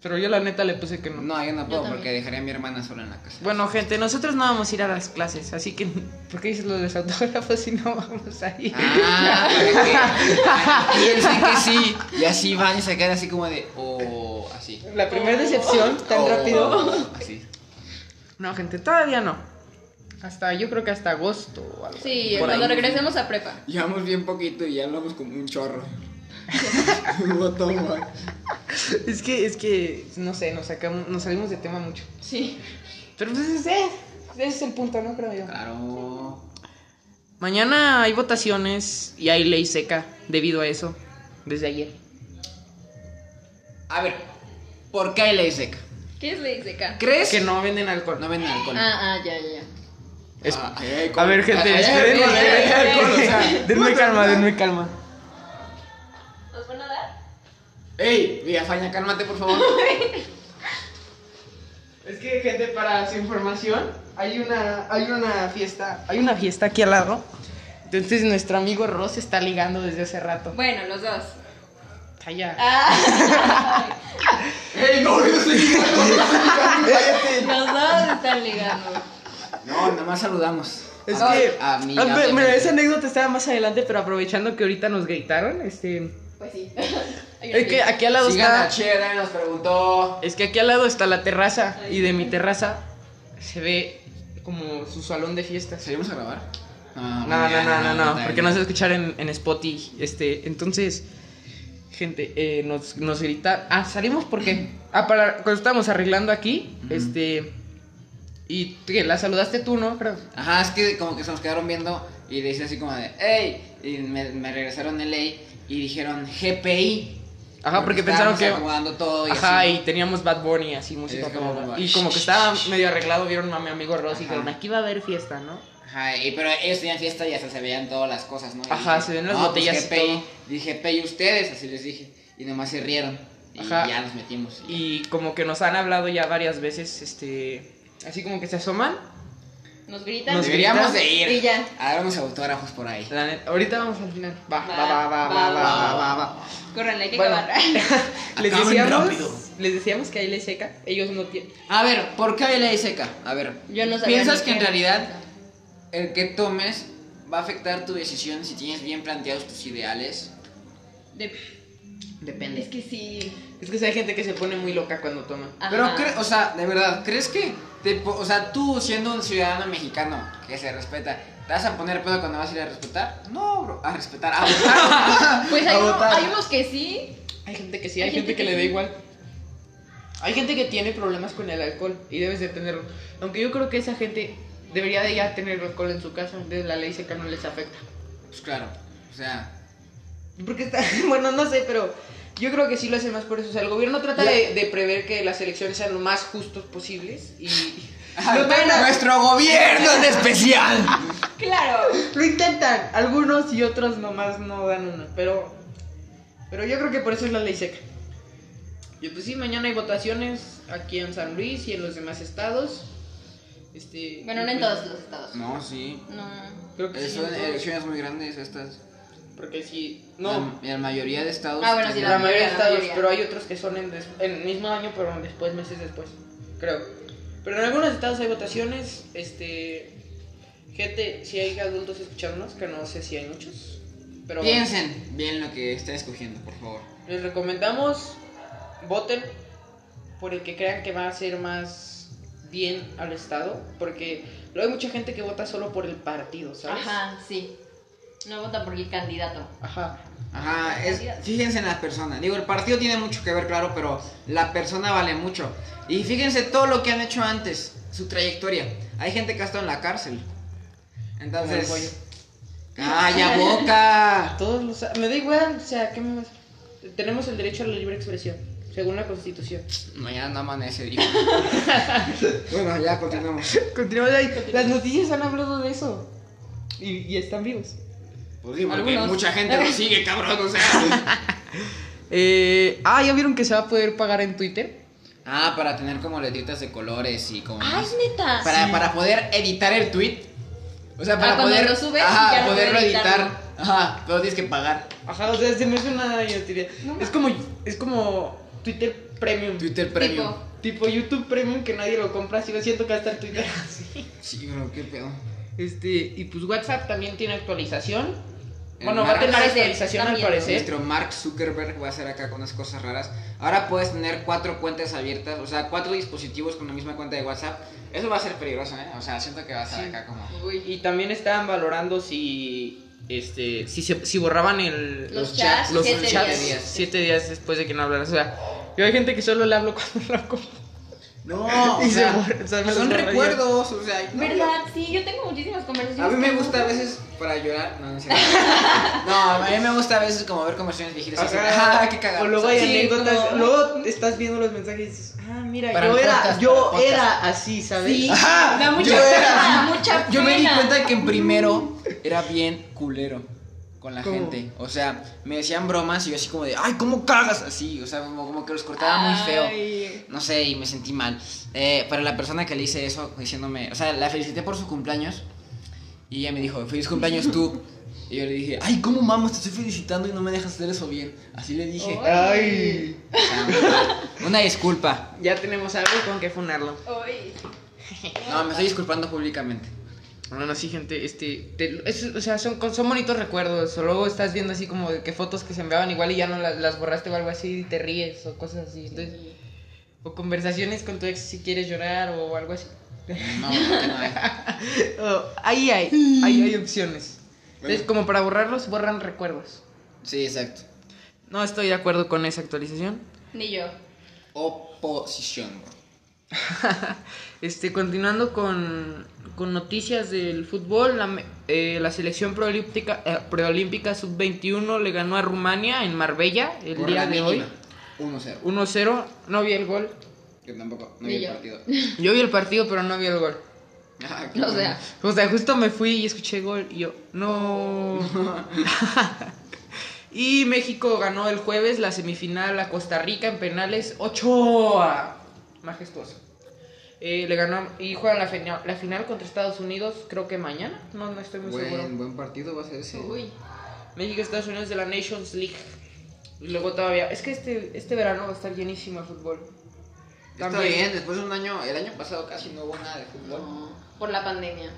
A: Pero yo la neta le puse que no.
C: No, yo no puedo
B: también.
C: porque dejaría a mi hermana sola en la casa.
A: Bueno, gente, nosotros no vamos a ir a las clases, así que [laughs] ¿por qué dices lo de los autógrafos si no vamos a ir?
C: Ah,
A: [laughs]
C: para que piensen que sí. Y así van y se quedan así como de. Oh, así.
A: La primera decepción, tan
C: Oh,
A: rápido.
C: Así.
A: No, gente, todavía no. Hasta, yo creo que hasta agosto o algo.
B: Sí,
C: Por
B: cuando
C: ahí.
B: regresemos a prepa.
C: Llevamos bien poquito y ya hablamos como un chorro. [laughs] What the fuck?
A: Es que, es que, no sé, nos, sacamos, nos salimos de tema mucho.
B: Sí.
A: Pero pues ese, ese es el punto, ¿no? Creo yo.
C: Claro.
A: Mañana hay votaciones y hay ley seca debido a eso, desde ayer.
C: A ver, ¿por qué hay ley seca?
B: ¿Qué es ley seca?
C: E ¿Crees
A: Que no venden alcohol.
C: no venden alcohol?
B: Ah, ah, ya, ya, ya.
A: Es-
C: Ah, ay, ay,
A: A
C: como-
A: ver, gente,
C: ay, ay,
A: esperen,
C: ay, ay,
A: denme
C: ay,
A: alcohol, o sea,
C: ay,
A: denme
C: what
A: calma,
C: the-
A: denme calma.
B: ¿Os van a dar?
C: Ey, Villafaña, cálmate, por favor.
A: Es que, gente, para su información, hay una, hay una fiesta, hay una fiesta aquí al lado. Entonces, nuestro amigo Ross está ligando desde hace rato.
B: Bueno, los dos.
A: Calla.
B: Ah,
C: ¡Ey, no, yo no estoy ligando, yo no estoy ligando,
B: [laughs]
C: cállate.
B: los dos están ligando.
C: No, nada más saludamos.
A: Es
C: A-
A: que, ah,
C: amigablemente.
A: pero- mira, esa anécdota estaba más adelante, pero aprovechando que ahorita nos gritaron, este,
B: Pues sí.
A: es que aquí al lado
C: Sigan a
A: está,
C: Che, nadie nos preguntó.
A: es que aquí al lado está la terraza y de mi terraza se ve como su salón de fiestas.
C: ¿Seguimos a grabar? Ah,
A: No, no, no, no, no, porque no se va a escuchar en, en Spotify. Este, entonces, gente, eh, nos, nos grita. Ah, salimos porque. Ah, para, cuando estábamos arreglando aquí,
C: Ujú.
A: este. Y ¿qué? la saludaste tú, ¿no? Creo.
C: Ajá, es que como que se nos quedaron viendo y le hice así como de, ¡Ey! Y me, me regresaron el ley y dijeron GPI.
A: Ajá, porque pensaron que.
C: jugando todo y
A: Ajá,
C: así.
A: y teníamos Bad Bunny así, música.
C: Es como
A: para-
C: Bad Bunny.
A: y como que
C: [laughs]
A: estaba medio arreglado, vieron a mi amigo Ross
C: Ajá.
A: y dijeron, aquí va a haber fiesta, ¿no?
C: Ajá, y, pero ellos tenían fiesta y hasta se veían todas las cosas, ¿no? Y
A: Ajá, se ven las
C: "No,
A: botellas y
C: Pues GPI.
A: todo.
C: Dije, GPI ustedes, así les dije. Y nomás se rieron. Y
A: Ajá.
C: ya nos metimos.
A: Y como que nos han hablado ya varias veces, este. Así como que se asoman.
B: Nos gritan.
A: Nos
C: Deberíamos
A: gritan.
C: de ir
B: Y ya.
C: a dar unos autógrafos por ahí.
A: La neta, ahorita vamos al final. Va, va,
B: Va,
A: va, va, va,
B: va,
A: va,
B: va.
A: va, va.
B: Córranle, hay que
A: Bueno. [laughs]
B: acabar. [laughs]
A: les
C: Acaben
A: decíamos,
C: rápido.
A: les decíamos que ahí le seca, ellos no tienen.
C: A ver, ¿por qué hay ley seca? A ver,
B: Yo no sabía
C: ¿piensas
B: ni
C: que en
B: qué.
C: realidad el que tomes va a afectar tu decisión si tienes bien planteados tus ideales?
B: De-
C: Depende.
B: Es que sí.
A: Es que sí hay gente que se pone muy loca cuando toma.
B: Ajá.
C: Pero, cre- o sea, de verdad, ¿crees que, te po- o sea, tú siendo un ciudadano mexicano que se respeta, ¿te vas a poner pedo cuando vas a ir a respetar? No, bro, a respetar, a votar.
B: [laughs] Pues hay,
C: a
B: uno-
C: votar.
B: hay unos que sí.
A: Hay gente que sí, hay, gente, que, le da igual. Hay gente que tiene problemas con el alcohol y debes de tenerlo. Aunque yo creo que esa gente debería de ya tener alcohol en su casa, entonces la ley seca no les afecta.
C: Pues claro,
B: [laughs]
C: o sea,
A: Porque está, [laughs] bueno, no sé, pero yo creo que sí lo hacen más por eso. O sea, el gobierno trata
C: Ya.
A: de, de prever que las elecciones sean lo más justos posibles y... Lo
C: ¡Ah,
A: tratan-
C: nuestro gobierno
B: [laughs]
C: en especial.
B: Claro.
A: [laughs] Lo intentan, algunos y otros nomás no dan una, pero pero yo creo que por eso es la ley seca. Y pues sí, mañana hay votaciones aquí en San Luis y en los demás estados. Este,
B: Bueno, no en todos los estados.
C: No, sí.
B: No.
A: Creo que sí.
C: Son
A: en todos,
C: elecciones muy grandes estas.
A: Porque sí.
C: eh, La,
A: No,
C: la mayoría de estados.
B: Ah, bueno, sí,
A: la,
B: la
A: mayoría de
B: mayoría, la
A: estados,
B: mayoría.
A: pero hay otros que son en, des- en el mismo año, pero en después, meses después. Creo. Pero en algunos estados hay votaciones. Este. Gente, si hay adultos escuchándonos, que no sé si hay muchos. Pero
C: Piensen bien lo que están escogiendo, por favor.
A: les recomendamos voten por el que crean que va a hacer más bien al estado. Porque luego hay mucha gente que vota solo por el partido, ¿sabes?
B: Ajá, sí. No vota por el candidato.
A: Ajá.
C: Ajá, es, fíjense en la persona. Digo, el partido tiene mucho que ver, claro, pero la persona vale mucho. Y fíjense todo lo que han hecho antes, su trayectoria. Hay gente que ha estado en la cárcel.
A: Como el pollo.
C: Entonces. ¡Calla boca!
A: Todos los. Me da igual, o sea, ¿qué me vas- Tenemos el derecho a la libre expresión, según la constitución.
C: Mañana no amanece, dijo. bueno, ya continuamos.
A: Continuamos ahí. Las noticias han hablado de eso. Y, y están vivos.
C: Pues sí, porque
A: Algunos.
C: mucha gente lo sigue, cabrón, o sea.
A: Eh, ah, ¿ya vieron que se va a poder pagar en Twitter?
C: ah, para tener como letritas de colores y como.
B: ¡Ah,
C: más-
B: es neta!
C: para, para poder editar el tweet. O sea,
B: Ah,
C: para
B: cuando
C: poder.
B: lo subes,
C: ajá,
B: ya no
C: poderlo
B: puedes
C: editar.
B: editarlo.
C: Ajá, pero tienes que pagar.
A: Ajá, o sea, se me hace una idiotía.
B: No
A: es como es como Twitter Premium.
C: Twitter Premium.
B: Tipo.
A: Tipo YouTube Premium que nadie lo compra, sigo siento que hasta en Twitter así.
C: Sí, bro, qué pedo.
A: Este, y pues WhatsApp también tiene actualización.
C: El
A: Bueno, va
C: Mark-
A: a tener
B: Parece,
A: actualización al
B: también.
A: parecer.
C: Nuestro Mark Zuckerberg va a hacer acá con unas cosas raras. Ahora puedes tener cuatro cuentas abiertas, o sea, cuatro dispositivos con la misma cuenta de WhatsApp. Eso va a ser peligroso, ¿eh? O sea, siento que va a estar
A: Sí.
C: acá como.
B: Uy.
A: Y también estaban valorando si este si se, si borraban el
B: Los
C: Los
B: chats,
C: chats,
A: los
B: siete
A: chats
B: días.
A: siete días después de que no hablaras. O sea, yo hay gente que solo le hablo [laughs] cuando lo compro.
C: [laughs] No,
A: Y se borra- o sea, me los
C: son
A: borraría.
C: recuerdos, o sea. no,
B: ¿Verdad? Sí, yo tengo muchísimas conversaciones.
C: A mí me
B: con-
C: gusta a veces para llorar. No, no sé. [laughs] No, a mí me gusta a veces como ver conversaciones viejitas. y decir, Ah, qué cagado.
A: O luego hay
B: Sí,
A: anécdotas,
B: como-
A: luego estás viendo los mensajes y dices, ah, mira,
C: Para
A: yo
C: el
A: era,
C: podcast,
A: yo
C: para el podcast.
A: era así, ¿sabes?
B: Sí,
C: Ajá,
B: da mucha
C: yo
B: pena,
C: era-
B: mucha
C: Yo me di
B: pena.
C: cuenta de que en primero era bien culero con la
A: ¿Cómo?
C: gente. O sea, me decían bromas y yo así como de, ay, ¿cómo cagas? Así, o sea, como, como que los cortaba muy feo.
B: Ay.
C: No sé, y me sentí mal. Eh, para la persona que le hice eso, diciéndome, o sea, la felicité por su cumpleaños. Y ella me dijo, feliz cumpleaños tú. Y yo le dije, ay, ¿cómo mamas? Te estoy felicitando y no me dejas hacer eso bien. Así le dije.
B: Ay.
C: O sea, muy mal. Una disculpa.
A: Ya tenemos algo con que funarlo.
B: Ay.
C: No, me estoy disculpando públicamente.
A: Bueno, sí, gente, este, te- es- o sea, son, con- son bonitos recuerdos. O luego estás viendo así como de que fotos que se enviaban igual y ya no las, las borraste o algo así y te ríes o cosas así. Entonces, o conversaciones con tu ex si quieres llorar o algo así.
C: No, no, no.
A: Oh, ahí hay, ahí hay opciones. Entonces, como para borrarlos, borran recuerdos.
C: Sí, exacto.
A: No estoy de acuerdo con esa actualización.
B: Ni yo.
C: Oposición.
A: Este, continuando con, con noticias del fútbol, la, me- eh, la selección preolímpica, eh, preolímpica sub-21 le ganó a Rumania en Marbella el
C: Por
A: día
C: la
A: de hoy.
C: mínima. 1-0.
A: 1-0, no vi el gol.
C: Yo tampoco, no
B: Ni
C: vi el
B: yo.
A: [laughs]
C: partido.
A: Yo vi el partido, pero no vi el gol.
C: Ah, qué
B: O
C: bueno.
B: sea,
A: O sea, justo me fui y escuché gol y yo,
C: [laughs]
A: no. y México ganó el jueves la semifinal a Costa Rica en penales 8 a majestuoso. Eh, le ganó y juegan la, fina- la final contra Estados Unidos, creo que mañana. No, no estoy muy seguro.
C: buen, buen partido va a ser ese.
B: uy.
A: México Estados Unidos de la Nations League. Y luego todavía, es que este este verano va a estar llenísimo de fútbol.
C: Está
A: También.
C: bien, después de un año, el año pasado casi no hubo nada de fútbol.
B: Por la pandemia.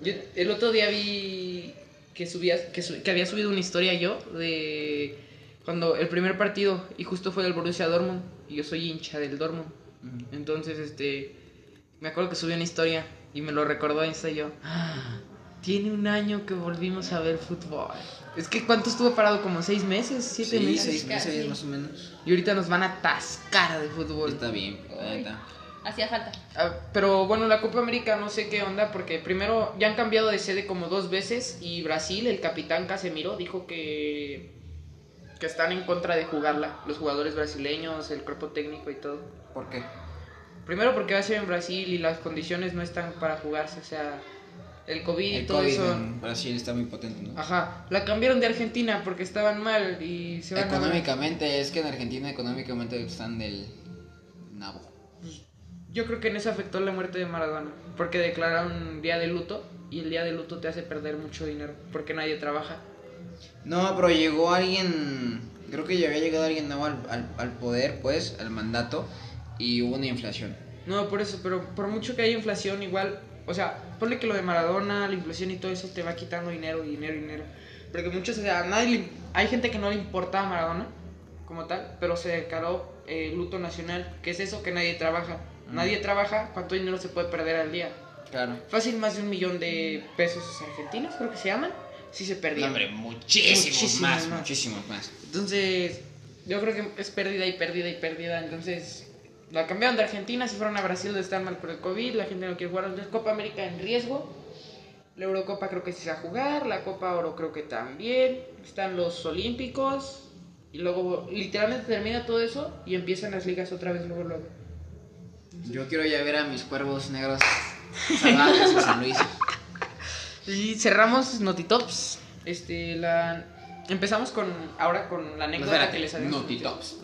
A: Yo el otro día vi que subías, que, su- que había subido una historia yo de cuando el primer partido y justo fue del Borussia Dortmund y yo soy hincha del Dortmund. Entonces, este me acuerdo que subí una historia y me lo recordó Insta y yo. "Ah, Tiene un año que volvimos a ver fútbol. Es que cuánto estuvo parado como seis meses, siete
C: Sí,
A: meses.
C: seis
B: Casi.
C: meses más o menos.
A: Y ahorita nos van a atascar de fútbol.
C: Está bien, la neta.
B: Hacía falta.
A: Ah, Pero bueno, la Copa América no sé qué onda, porque primero ya han cambiado de sede como dos veces y Brasil, el capitán Casemiro, dijo que, que están en contra de jugarla, los jugadores brasileños, el cuerpo técnico y todo.
C: ¿Por qué?
A: Primero porque va a ser en Brasil y las condiciones no están para jugarse, o sea, el COVID y
C: El
A: todo
C: COVID
A: eso. Ah,
C: en Brasil está muy potente, ¿no?
A: Ajá, la cambiaron de Argentina porque estaban mal y se van a-
C: Económicamente, es que en Argentina económicamente están del nabo.
A: Yo creo que en eso afectó la muerte de Maradona, porque declararon día de luto y el día de luto te hace perder mucho dinero, porque nadie trabaja.
C: No, pero llegó alguien, creo que ya había llegado alguien nuevo al, al- al poder, pues, al mandato, y hubo una inflación.
A: No, por eso, pero por mucho que haya inflación, igual, o sea, ponle que lo de Maradona, la inflación y todo eso te va quitando dinero, dinero, dinero. Porque muchos, o sea, nadie le- hay gente que no le importaba a Maradona como tal, pero se declaró eh, luto nacional. ¿Qué es eso? Que nadie trabaja.
C: Mm.
A: Nadie trabaja, ¿cuánto dinero se puede perder al día?
C: Claro.
A: Fácil, más de un millón de pesos argentinos, creo que se llaman, si se
C: No,
A: perdían.
C: hombre, muchísimos,
A: Muchísimos
C: más,
A: más.
C: muchísimos más.
A: Entonces, yo creo que es pérdida y pérdida y pérdida. Entonces, la cambiaron de Argentina, se fueron a Brasil de estar mal por el COVID, la gente no quiere jugar. Entonces, Copa América en riesgo. La Eurocopa creo que sí se va a jugar, la Copa Oro creo que también. Están los Olímpicos. Y luego, literalmente termina todo eso y empiezan las ligas otra vez luego, luego.
C: Yo quiero ya ver a mis cuervos
A: [laughs]
C: negros salvajes en San Luis.
A: Y cerramos Notitops. Este, la... Empezamos con, ahora con la anécdota
C: espérate,
A: que les había
C: Notitops.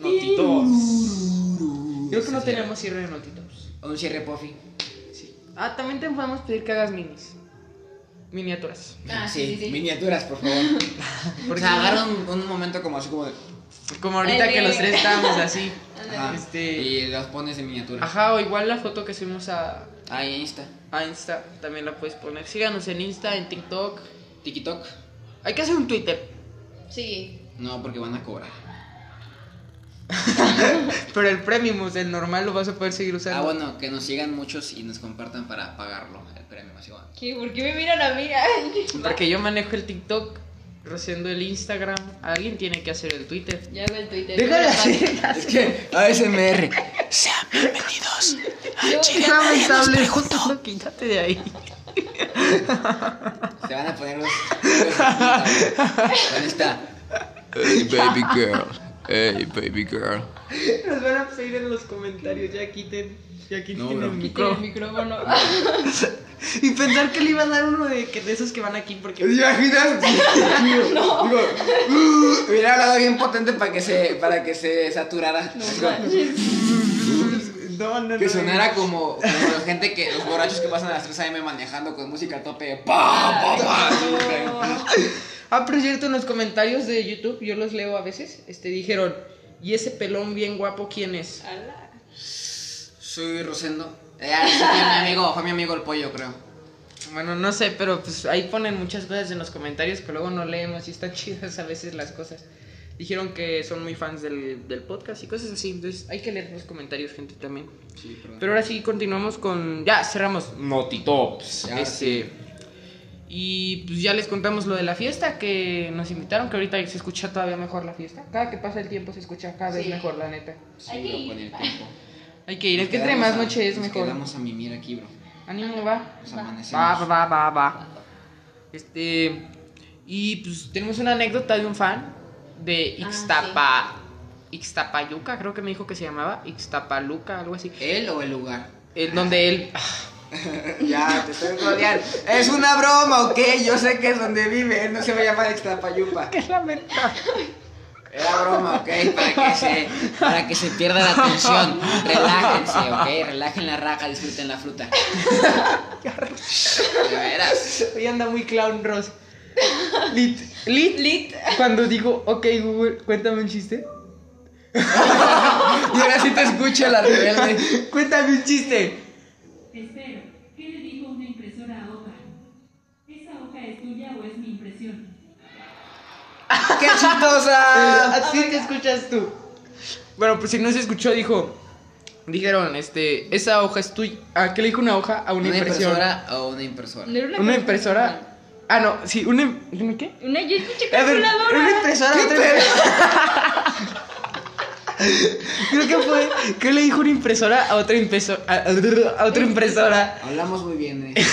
A: Notitops. Creo que no
C: Sí, sí.
A: tenemos cierre de Notitops.
C: Un cierre pofi.
A: Sí. Ah, también te podemos pedir que hagas minis. Miniaturas.
B: Ah, sí, sí, sí.
C: miniaturas,
A: [laughs]
C: por favor. Porque se agarran un, un momento como así como de...
A: Como ahorita
B: Ay,
A: que los
B: sí.
A: tres estábamos así.
B: Ándale.
C: Ajá,
A: Este-
C: Y los pones en miniatura.
A: Ajá, o igual la foto que subimos a,
C: Ahí está.
A: a Insta también la puedes poner. Síganos en Insta, en TikTok.
C: TikTok.
A: Hay que hacer un Twitter,
B: Sí.
C: No, porque van a cobrar.
A: pero el premium, el normal, lo vas a poder seguir usando.
C: Ah, bueno, que nos sigan muchos y nos compartan para pagarlo el premio. Así bueno.
B: ¿Qué? ¿Por qué me miran a [laughs] mí? Ay.
A: Porque yo manejo el TikTok, Rosendo el Instagram. Alguien tiene que hacer el Twitter.
B: Yo hago el Twitter.
A: Deja de
B: Yo hago el
A: hacer.
C: [laughs] Es que ASMR.
B: Twitter.
A: [laughs]
B: Yo-
A: Lamentable. [laughs] Quítate de ahí.
C: Se van a poner los. los- Ahí está.
E: Hey, baby girl. Hey, baby girl.
A: Nos van a pedir en los comentarios. Ya quiten, ya quiten
C: No, bro.
A: el
B: Quiten el
A: micro.
B: micrófono.
A: [laughs] Y pensar que le iba a dar uno de, que- de esos que van aquí porque.
C: imaginas? Digo, uh, hubiera hablado bien potente para que se, para que se saturara.
B: No
C: Así como-
B: manches.
A: No, no,
C: que
A: no,
C: sonara como, como la gente que, los borrachos que pasan a las 3 a.m. manejando con música a tope. ¡Pa, pa, pa!
B: [laughs]
A: Ah, por cierto, en los comentarios de YouTube, yo los leo a veces, este, dijeron, ¿y ese pelón bien guapo quién es?
B: Ala.
C: Soy Rosendo. Eh, ese fue mi amigo, fue mi amigo el pollo, creo.
A: Bueno, no sé, pero pues ahí ponen muchas cosas en los comentarios que luego no leemos y están [laughs] chidas a veces las cosas. Dijeron que son muy fans del, del podcast y cosas así, entonces hay que leer los comentarios, gente, también.
C: Sí, perdón.
A: Pero ahora sí, continuamos con... Ya, cerramos. Notitops.
C: Ya,
A: Este... Y pues ya les contamos lo de la fiesta que nos invitaron, que ahorita se escucha todavía mejor la fiesta. Cada que pasa el tiempo se escucha cada vez
B: Sí.
A: mejor, la neta.
B: Hay que
C: Sí, bro, con el
B: ir.
C: tiempo.
A: Hay que [laughs] ir, es
C: Nos
A: que entre
C: quedamos
A: más
C: a-
A: noche es
C: nos
A: mejor.
C: Quedamos a mimir aquí, bro.
A: Ánimo, va.
C: Nos amanecemos.
A: Va, va, va, va, va. Este. Y pues tenemos una anécdota de un fan de
B: Ah,
A: Ixtapa. Ixtapayuca, creo que me dijo que se llamaba. Ixtapaluca, algo así.
C: ¿Él o el lugar?
A: En donde
C: [laughs]
A: él.
C: Ya, te estoy rodeando. Es una broma, ¿ok? Yo sé que es donde vive. Él no se va a llamar Extrapayupa.
A: Qué lamentable.
C: Era broma, ¿ok? Para que se, para que se pierda la tensión. Relájense, ¿ok? Relajen la raja, disfruten la fruta. [laughs] De veras.
A: Hoy anda muy clown Ross. Lit. Lit. Cuando digo, ok, Google, cuéntame un [laughs] chiste.
C: Y ahora sí te escucho, la rebelde.
A: Cuéntame un chiste.
F: Espero. ¿Qué le dijo una impresora a hoja? ¿Esa hoja es tuya o es mi impresión?
C: ¡Qué chistosa!
A: Así te escuchas tú. Ah, Bueno, pues si no se escuchó, dijo. Dijeron, este, esa hoja es tuya. ¿A qué le dijo una hoja? A una,
C: Una
A: impresión.
C: impresora o una impresora.
B: No era una
A: Una
B: cosa-
A: impresora. Ah, no, sí, una. im- ¿Una qué?
B: Una yo escuché
A: A ver, una
B: calculadora.
A: impresora. otra impre- [laughs] Creo que fue. ¿Qué le dijo una impresora a otra impresora? A, a otra impresora.
C: Hablamos muy bien, eh.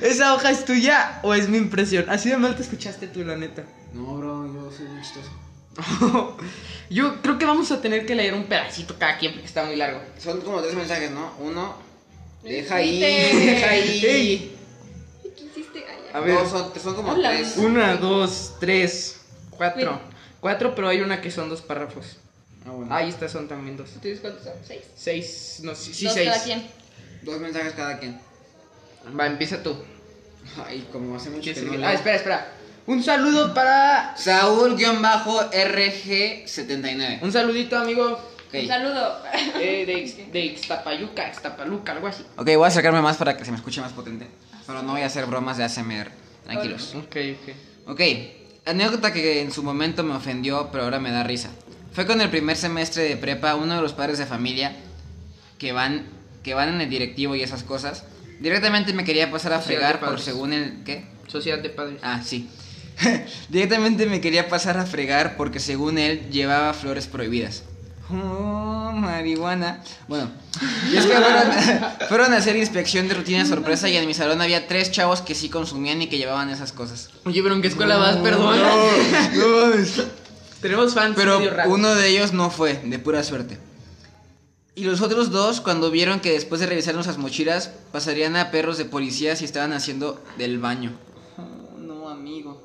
A: ¿Esa hoja es tuya o es mi impresión? Así de mal te escuchaste tú, la neta. [laughs]
C: No, bro, yo soy muy chistoso.
A: Yo creo que vamos a tener que leer un pedacito cada quien porque está muy largo.
C: Son como tres mensajes, ¿no? Uno, deja ahí,
B: Twitter.
C: deja ahí.
A: Este. [laughs] Ey.
B: ¿Qué hiciste? Ay, ay.
A: A ver.
C: No, son, son como
B: Hola.
C: tres.
A: Una, dos, tres, cuatro. Cuatro, pero hay una que son dos párrafos.
C: Ah, bueno.
A: Ah, y estas son también dos.
B: ¿Tú tienes cuántos son? Seis.
A: Seis, no, sí, sí,
D: Dos
A: seis.
D: cada quien.
C: Dos mensajes cada quien.
A: Va, empieza tú.
C: Ay, como hace mucho que no
A: ah,
C: leo.
A: espera, espera. Un saludo para.
C: Saúl-RG79.
A: Un saludito, amigo.
C: Ok.
B: Un saludo.
A: eh, de, Ix- de Ixtapayuca, Ixtapaluca, algo así.
C: ok, voy a acercarme más para que se me escuche más potente. Pero no voy a hacer bromas de ASMR. Tranquilos.
A: Ok, ok.
C: Ok, anécdota que en su momento me ofendió, pero ahora me da risa. Fue con el primer semestre de prepa, uno de los padres de familia que van, que van en el directivo y esas cosas, directamente me quería pasar a
A: Sí, de
C: fregar por
A: padres.
C: según el... ¿Qué?
A: Sociedad de Padres.
C: Ah, sí. [laughs] directamente me quería pasar a fregar porque según él llevaba flores prohibidas. Oh, marihuana. Bueno, y es que fueron, [laughs] fueron a hacer inspección de rutina sorpresa y en mi salón había tres chavos que sí consumían y que llevaban esas cosas.
A: Oye, pero ¿en qué escuela vas? Perdón.
C: No, no mames.
A: [laughs] Tenemos fans
C: Pero
A: medio raros.
C: uno de ellos no fue, de pura suerte. Y los otros dos, cuando vieron que después de revisar nuestras mochilas, pasarían a perros de policías y estaban haciendo del baño. No,
A: Oh,
C: amigo.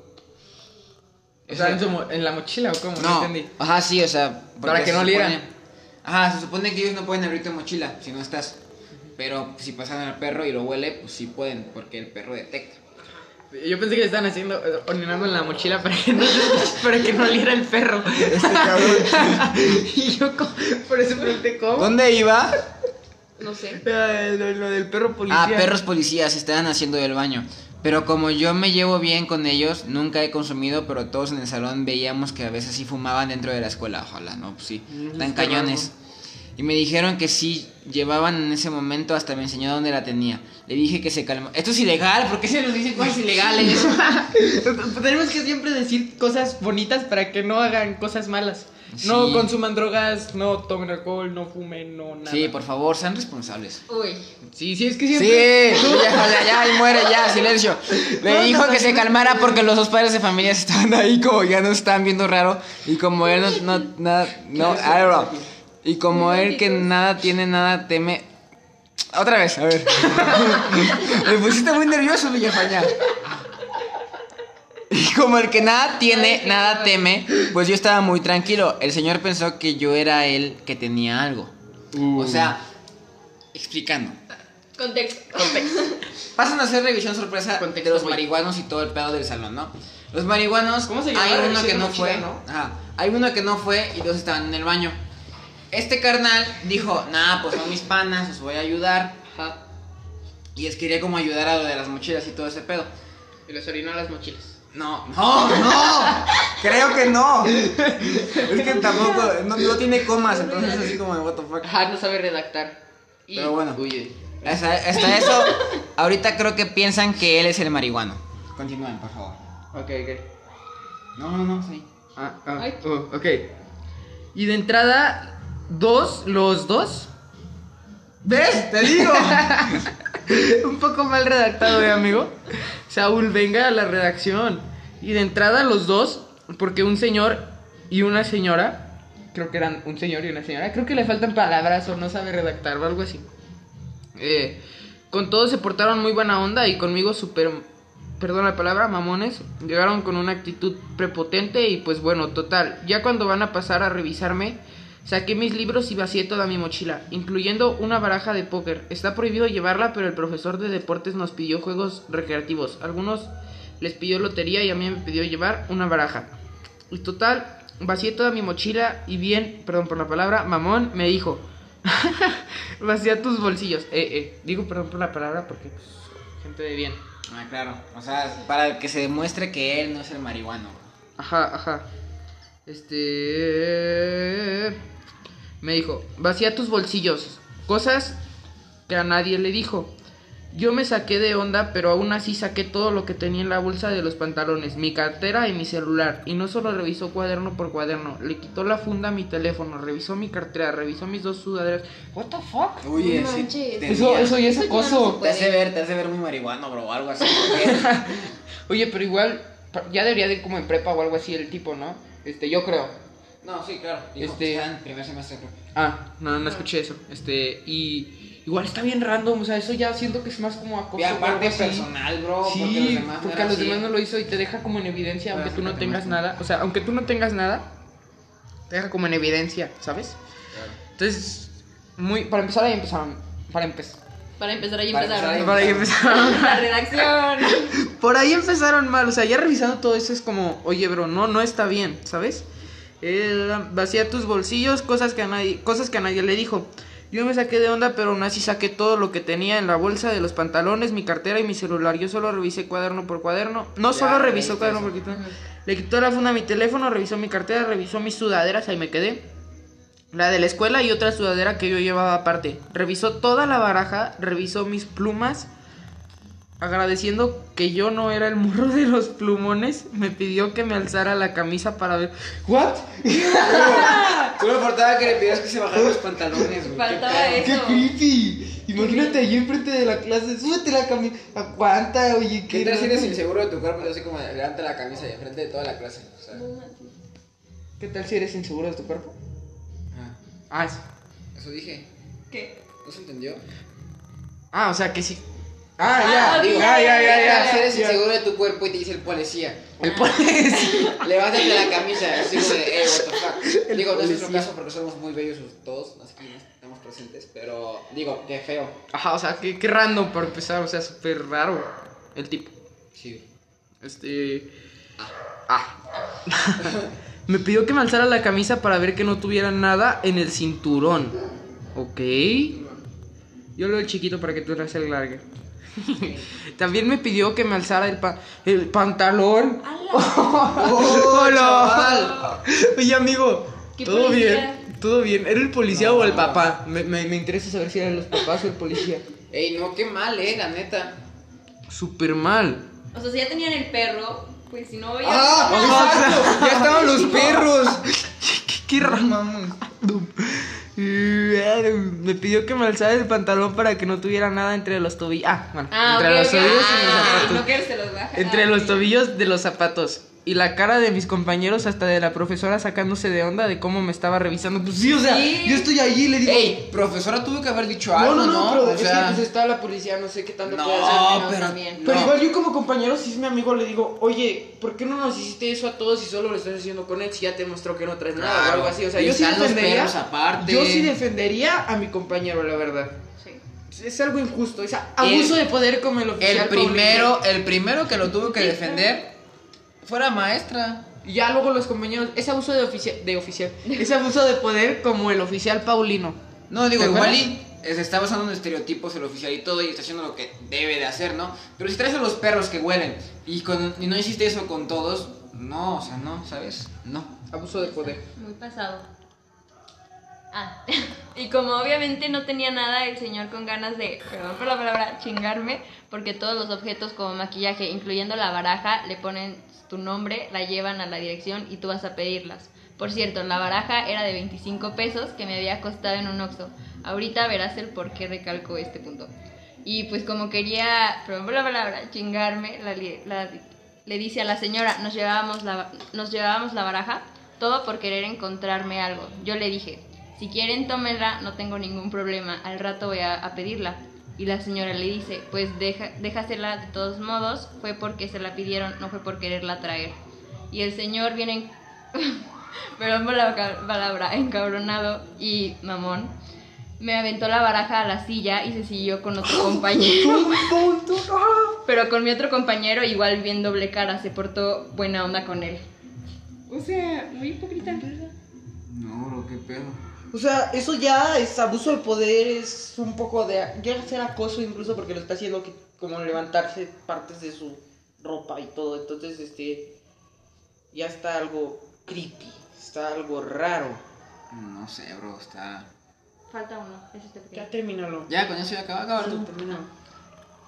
A: O sea, en, su mo- en la mochila o cómo? No,
C: No,
A: entendí.
C: ajá, sí, o sea... porque
A: Para que
C: se
A: no olieran.
C: supone- Ajá, se supone que ellos no pueden abrir tu mochila si no estás. Pero pues, si pasan al perro y lo huele, pues sí pueden, porque el perro detecta.
A: Yo pensé que le estaban haciendo, eh, orinando en la mochila para que no, [laughs] para que no oliera el perro.
C: Este
A: [laughs] y yo, co- por eso pregunté cómo.
C: ¿Dónde iba?
B: [laughs] No sé.
A: Ah, Lo, lo del perro policía.
C: Ah, perros policías, estaban haciendo del baño. Pero como yo me llevo bien con ellos, nunca he consumido, pero todos en el salón veíamos que a veces sí fumaban dentro de la escuela. Ojalá, no, pues sí,
A: Mm,
C: tan
A: está
C: cañones. Y me dijeron que sí llevaban en ese momento, hasta me enseñó dónde la tenía. Le dije que se calmó. Esto es ilegal, ¿por qué se nos dicen
A: [laughs]
C: cosas ilegales?
A: Tenemos que siempre decir cosas bonitas para que no hagan cosas malas. No
C: Sí.
A: consuman drogas, no tomen alcohol, no fumen, no nada.
C: sí, por favor, sean responsables.
B: Uy.
A: Sí, sí, es que
C: Sí,
A: siempre.
C: [laughs] ya, ojalá, ya, y muere, ya, silencio. Le
A: Todos
C: dijo
A: nos
C: que se
A: ayudan.
C: calmara porque los dos padres de familia [laughs] estaban ahí como ya nos están viendo raro y como él no, no, nada, no, I don't know. Y como él que nada tiene, nada teme... Otra vez, a ver. Me pusiste muy nervioso, Villafaña. Y como el que nada tiene, nada teme, pues yo estaba muy tranquilo. El señor pensó que yo era el que tenía algo. O sea, explicando.
B: Contexto. [laughs]
C: Pasan a hacer revisión sorpresa
A: Contexto,
C: de los
A: güey.
C: marihuanos y todo el pedo del salón, ¿no? Los marihuanos,
A: ¿Cómo se llama?
C: Hay uno
A: Revisión
C: que
A: de
C: no
A: mochila,
C: fue,
A: ¿no?
C: Ajá. Hay uno que no fue y dos estaban en el baño. Este carnal dijo, nah, pues son mis panas, os voy a ayudar.
A: Ajá.
C: Y les quería como ayudar a lo de las mochilas y todo ese pedo.
A: Y les orinó las mochilas.
C: No, no, no. Creo que no. Es que tampoco, no, no tiene comas, entonces así como de what the fuck.
B: Ah,
A: Ajá, no sabe redactar. Y
C: Pero bueno.
A: huye.
C: Hasta, hasta eso, ahorita creo que piensan que él es el marihuano. Continúen, por favor.
A: Ok, ok.
C: No, no, no, sí.
A: Ah, ah, oh, ok. Y de entrada, dos, los dos.
C: ¿Ves? Te digo. [laughs]
A: [laughs] Un poco mal redactado, ¿eh, amigo? Saúl, venga a la redacción. Y de entrada, los dos, porque un señor y una señora, creo que eran un señor y una señora, creo que le faltan palabras o no sabe redactar o algo así. Eh, con todos se portaron muy buena onda y conmigo super, perdón la palabra, mamones, llegaron con una actitud prepotente y pues bueno, total, ya cuando van a pasar a revisarme, saqué mis libros y vacié toda mi mochila, incluyendo una baraja de póker. Está prohibido llevarla, pero el profesor de deportes nos pidió juegos recreativos. Algunos les pidió lotería y a mí me pidió llevar una baraja. Y total, vacié toda mi mochila y bien, perdón por la palabra, mamón me dijo, vacía tus bolsillos. Eh, eh, digo perdón por la palabra porque pues, gente de bien.
C: Ah, claro. O sea, para que se demuestre que él no es el marihuano.
A: Ajá, ajá. Este... Me dijo, vacía tus bolsillos. Cosas que a nadie le dijo. Yo me saqué de onda, pero aún así saqué todo lo que tenía en la bolsa de los pantalones, mi cartera y mi celular. Y no solo revisó cuaderno por cuaderno, le quitó la funda a mi teléfono, revisó mi cartera, revisó mis dos sudaderas. ¿What the fuck?
C: Uy,
B: No
C: sí,
B: manches.
C: te
A: Eso,
C: diría.
A: eso ya es
B: Eso ya no se
A: acoso.
C: Te hace ver, te hace ver muy marihuano, bro, o
A: [laughs]
C: algo así.
A: Oye, pero igual, pa- ya debería de ir como en prepa o algo así el tipo, ¿no? Este, yo creo.
C: no, sí, claro. Dijo,
A: Este-
C: está en primer semestre. creo.
A: Ah, no, no escuché eso. Este, y igual está bien random, o sea, eso ya siento que es más como acoso.
C: Ve
A: o
C: aparte
A: algo así.
C: personal, bro,
A: Sí,
C: porque los demás no
A: porque
C: era
A: a los
C: así.
A: demás no lo hizo y te deja como en evidencia,
C: Pero
A: aunque tú no
C: acércate
A: tengas
C: más, ¿no?
A: nada. O sea, aunque tú no tengas nada, te deja como en evidencia, ¿sabes? Entonces, muy, para empezar ahí empezaron, para empezar.
B: Para empezar, ahí
C: Para
B: empezaron.
A: Para ahí empezaron.
B: [laughs] La redacción.
A: [laughs] Por ahí empezaron mal, o sea, ya revisando todo eso es como, oye, bro, no, no está bien, ¿sabes? Eh, vacía tus bolsillos, cosas que a nadie, cosas que a nadie le dijo. Yo me saqué de onda, pero aún así saqué todo lo que tenía en la bolsa de los pantalones, mi cartera y mi celular. Yo solo revisé cuaderno por cuaderno. No
C: Ya,
A: solo revisó
C: leíste
A: cuaderno
C: eso.
A: por cuaderno. Le quitó la funda a mi teléfono, revisó mi cartera, revisó mis sudaderas, ahí me quedé. La de la escuela y otra sudadera que yo llevaba aparte. Revisó toda la baraja, revisó mis plumas, agradeciendo que yo no era el morro de los plumones, me pidió que me alzara la camisa para ver. [laughs] ¿What?
C: Solo faltaba que le pidieras que se bajaran los pantalones, güey.
B: Faltaba
C: qué pedo.
B: eso.
A: creepy! Imagínate ahí enfrente de la clase, súbete la camisa, aguanta, oye,
C: ¿Qué tal si eres inseguro de tu cuerpo? Entonces, así como levanta la camisa y enfrente de toda la clase. O sea,
A: ¿Qué tal si eres inseguro de tu cuerpo?
C: ah,
A: Ah, sí.
C: eso dije.
B: [laughs] ¿Qué?
C: ¿No se entendió?
A: ah, o sea que sí. Ah,
B: Ah,
A: ya,
B: ok,
A: digo,
B: ya,
A: ah, ya,
B: ya,
A: ya, ya.
C: Si eres
A: ya. [laughs]
C: inseguro de tu cuerpo y te dice el policía,
A: El policía.
C: levántate la camisa. Así como de, eh, what the
A: [laughs]
C: fuck.
A: El
C: Digo, no es nuestro
A: policía.
C: caso porque somos muy bellos todos, así que no estamos presentes. Pero, digo, qué feo.
A: Ajá, o sea, qué, qué random para empezar, o sea, súper raro el tipo.
C: Sí.
A: Este. Ah. [laughs] me pidió que me alzara la camisa para ver que no tuviera nada en el cinturón. Ok. Yo leo el chiquito para que tú leas el largo. [laughs] También me pidió que me alzara el, pa- el [laughs] pantalón. ¡Hola! Oh, Oye, amigo,
B: ¿Qué
A: todo
B: policía?
A: bien. Todo bien. ¿Era el policía o el papá? Me, me- me interesa saber si eran los papás o el policía.
C: Ey, no, qué mal, eh, la neta.
A: Super mal.
B: O sea, si ya tenían el perro, pues si no veía.
C: ¡Ah! ¡Ya estaban los perros!
A: ¡Qué random! Me pidió que me alzara el pantalón para que no tuviera nada entre los tobillos. Ah, bueno,
B: Ah,
A: entre
B: ok,
A: los
B: ok.
A: tobillos y los
B: Ah,
A: zapatos.
B: No que se los baja.
A: Entre
B: Ah,
A: los
B: ok.
A: tobillos de los zapatos. Y la cara de mis compañeros, hasta de la profesora sacándose de onda de cómo me estaba revisando. Pues sí, o sea,
B: Sí.
A: yo estoy allí y le digo.
C: Ey, profesora tuvo que haber dicho algo, ¿no? o sea,
A: estaba pues, la policía, no sé qué tanto
C: no,
A: puede hacer.
B: hacer,
C: pero,
B: también.
A: Pero
C: no.
A: igual yo como compañero, si es mi amigo, le digo, oye, ¿por qué no nos hiciste eso a todos y solo lo estás haciendo con él si ya te mostró que no traes nada o
C: Claro.
A: algo así? O sea,
C: Y
A: yo sí
C: están los
A: defendería.
C: perros aparte.
A: Yo sí defendería a mi compañero, la verdad.
B: Sí.
A: Es algo injusto, es abuso de poder como el oficial.
C: El primero, el primero que lo tuvo que defender fue la maestra.
A: Paulino. Y ya luego los compañeros, es abuso de oficial, de
C: [laughs]
A: oficial, es abuso de poder como el oficial Paulino.
C: No, digo,
A: ¿Te
C: igual
A: acuerdas?
C: y eh, se está basando en estereotipos el oficial y todo y está haciendo lo que debe de hacer, ¿no? Pero si traes a los perros que huelen y, con, y no hiciste eso con todos, no, o sea, no, ¿sabes? No.
A: Abuso de [laughs] poder.
B: Muy pasado. Ah. [laughs] Y como obviamente no tenía nada, el señor con ganas de, perdón por la palabra, chingarme, porque todos los objetos como maquillaje, incluyendo la baraja, le ponen tu nombre, la llevan a la dirección y tú vas a pedirlas. Por cierto, la baraja era de 25 pesos que me había costado en un Oxxo. Ahorita verás el por qué recalco este punto. Y pues como quería, perdón por la palabra, chingarme, la li- la- le dice a la señora, nos llevábamos la, nos llevábamos la baraja, todo por querer encontrarme algo. Yo le dije, si quieren tómenla, no tengo ningún problema, al rato voy a, a pedirla. Y la señora le dice, pues deja, déjasela de todos modos, fue porque se la pidieron, no fue por quererla traer. Y el señor viene [laughs] en- perdón por la ca- palabra, encabronado y mamón. Me aventó la baraja a la silla y se siguió con otro compañero. Pero con mi otro compañero, igual bien doble cara, se portó buena onda con él. O sea, muy hipócrita.
C: No, bro, qué pedo.
A: O sea, eso ya es abuso de poder, es un poco de... Llega a ser acoso incluso porque lo está haciendo que- como levantarse partes de su ropa y todo. Entonces, este... Ya está algo creepy, está algo raro.
C: No sé, bro, está...
B: Falta uno, es este
A: Ya
B: pequeño.
A: termínalo.
C: Ya, con eso ya acaba, cabrón.
A: termínalo.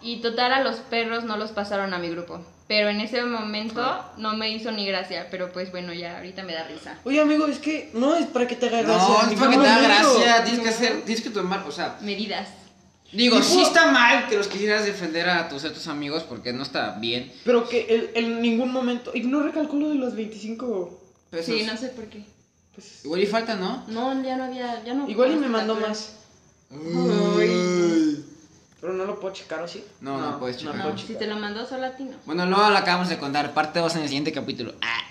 B: Y total a los perros no los pasaron a mi grupo. Pero en ese momento no me hizo ni gracia. Pero pues bueno, ya ahorita me da risa.
A: Oye, amigo, es que no es para que te haga
C: No,
A: gracia.
C: es para que te da
A: amigo.
C: gracia, tienes que hacer, tienes que tomar, o sea,
B: Medidas.
C: Digo, sí está mal que los quisieras defender a tus, a tus amigos porque no está bien.
A: Pero que el- en ningún momento... Y no recalcó lo de los 25
C: Pesos.
B: Sí, no sé por qué.
A: pesos.
C: Igual y falta, ¿no?
B: No, ya no había, ya no.
A: pues,
B: Ah,
A: Igual y me mandó más.
C: Uy.
A: Pero no lo puedo checar, ¿o sí?
C: No, no puedes
A: No
C: checar.
A: puedo
B: No, Ah, si
A: checar.
B: te lo mandó solo a ti, no.
C: Bueno, luego lo acabamos de contar. Parte 2 en el siguiente capítulo. Ah.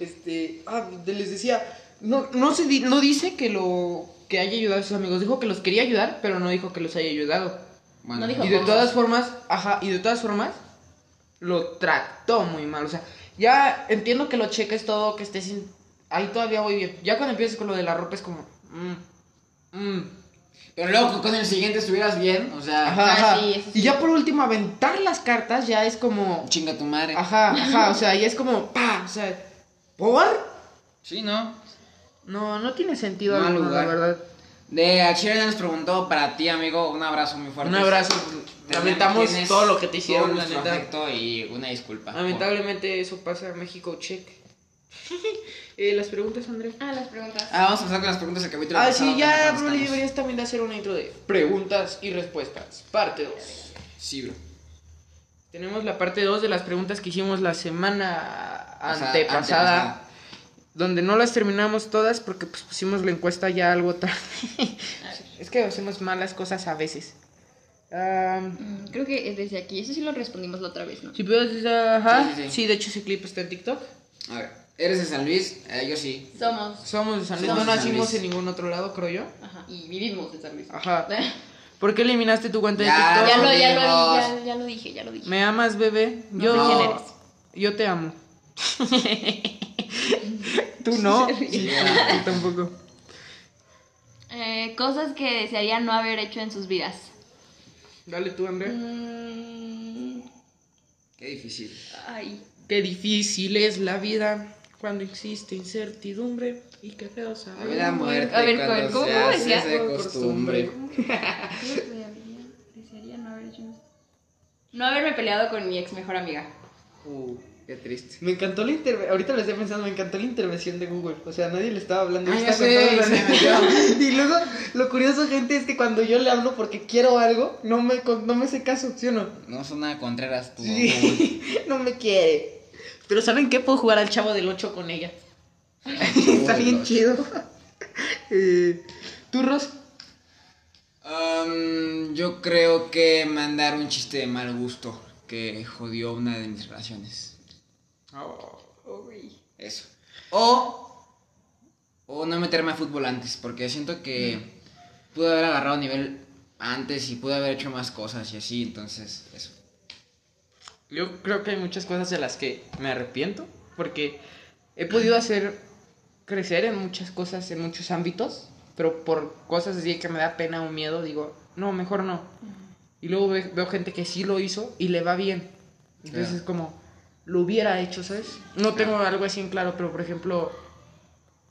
A: este, ah, de- les decía, no, no, se di- no dice que lo que haya ayudado a sus amigos, dijo que los quería ayudar, pero no dijo que los haya ayudado.
C: Bueno,
B: No dijo
A: Y de
B: cosas.
A: todas formas, ajá, y de todas formas, lo trató muy mal. O sea, ya entiendo que lo cheques todo, que estés sin. Ahí todavía voy bien. Ya cuando empieces con lo de la ropa es como. mm, mm,
C: Pero luego con el siguiente estuvieras bien, o sea,
A: ajá, ajá.
B: Ah, sí, eso sí.
A: Y ya por último, aventar las cartas ya es como.
C: chinga tu madre.
A: Ajá, ajá, o sea, ya es como. Pa, o sea, ¿por?
C: Sí, ¿no?
A: No, no tiene sentido
C: No,
A: alguno, la
C: lugar.
A: verdad.
C: De Achille nos preguntó para ti, amigo, un abrazo muy fuerte.
A: Un abrazo.
C: Te-
A: Lamentamos
C: tienes
A: todo lo que te hicieron,
C: todo
A: la
C: nuestro
A: neta.
C: afecto y una disculpa.
A: Lamentablemente eso pasa en México, check. [laughs] Eh, las preguntas, Andrea.
B: Ah, las preguntas.
C: Ah, vamos a empezar con las preguntas del capítulo
A: Ah,
C: pasado,
A: sí,
C: que
A: ya
C: no
A: bro,
C: contestamos.
A: deberías también de hacer una intro de preguntas y respuestas, parte 2.
C: Sí, bro.
A: Tenemos la parte 2 de las preguntas que hicimos la semana
C: O sea,
A: antepasada,
C: antepasada.
A: donde no las terminamos todas porque pues, pusimos la encuesta ya algo
C: [laughs]
A: tarde. es que hacemos malas cosas a veces. Am,
B: Mm, Creo que es desde aquí. Eso sí lo respondimos la otra vez, ¿no?
A: si puedes, ajá.
C: Sí,
A: Sí,
C: sí, sí.
A: de hecho ese clip está en TikTok.
C: A ver, ¿eres de San Luis? Eh, yo sí.
B: Somos.
A: Somos de San Luis,
C: Somos
A: no
C: de San
A: nacimos
C: Luis.
A: en ningún otro lado, creo yo.
B: Ajá. Y vivimos en San Luis.
A: Ajá. ¿Por qué eliminaste tu cuenta
C: Ya,
A: de TikTok?
B: [laughs] ya, lo, ya, lo,
C: vivimos.
B: ya, ya lo dije, ya lo dije.
A: ¿Me amas, bebé? Yo,
C: No.
A: ¿Quién eres? Yo te [laughs] amo. Tú no. Sí, tú tampoco.
B: Eh, cosas que desearían no haber hecho en sus vidas.
A: Dale tú, Andrea.
B: Mm,
C: Qué difícil.
A: Mm,
B: ay.
A: Qué difícil es la vida cuando existe incertidumbre y qué feo
C: A
A: saber.
C: ver, la muerte
B: A ver,
C: cuando
B: ¿cómo-
C: se
B: cómo
C: hace
B: decía?
C: de
A: Por
C: costumbre.
B: Creo que habría- desearía no haber hecho mis- No haberme peleado con mi ex mejor amiga.
C: Uh, qué triste.
A: Me encantó la intervención. Ahorita lo estoy pensando, me encantó la intervención de Google. O sea, nadie le estaba hablando.
C: Ah,
A: él
C: ya
A: está
C: sé,
A: contando la neta.
C: se
A: [laughs] y luego, lo curioso, gente, es que cuando yo le hablo porque quiero algo, no me, con- no me hace caso, ¿sí o no?
C: No suena Contreras tu [laughs]
A: Sí, no me quiere. Pero ¿saben qué? Puedo jugar al chavo del 8 con ella. Está bien chido. [laughs] Eh, ¿Tú, Ros?
C: Um, yo creo que mandar un chiste de mal gusto que jodió una de mis relaciones. Eso. O, o no meterme a fútbol antes, porque siento que pude haber agarrado nivel antes y pude haber hecho más cosas y así, entonces, eso.
A: Yo creo que hay muchas cosas de las que me arrepiento. Porque he podido hacer crecer en muchas cosas, en muchos ámbitos. Pero por cosas así que me da pena o miedo, digo, no, mejor no. Y luego ve- veo gente que sí lo hizo y le va bien. Entonces
C: Claro.
A: es como, lo hubiera hecho, ¿sabes? No tengo algo así en claro, pero por ejemplo,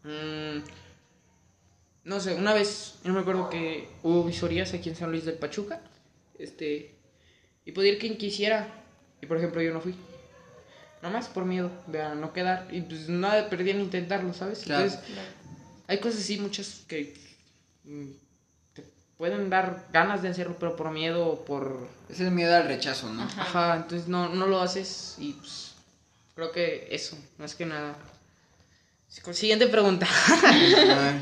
A: mm, no sé, una vez, yo me acuerdo que hubo visorías aquí en San Luis del Pachuca, este, y podía ir quien quisiera, y por ejemplo yo no fui. Nomás por miedo de a no quedar. Y pues nada, perdí en intentarlo, ¿sabes?
C: Claro.
A: Entonces, hay cosas así muchas que mm, te pueden dar ganas de hacerlo, pero por miedo o por
C: Es el miedo al rechazo, ¿no?
B: Ajá.
A: Ajá, entonces no, no lo haces y pues, creo que eso, más que nada. Sí, con- Siguiente pregunta. [laughs]
C: Ay.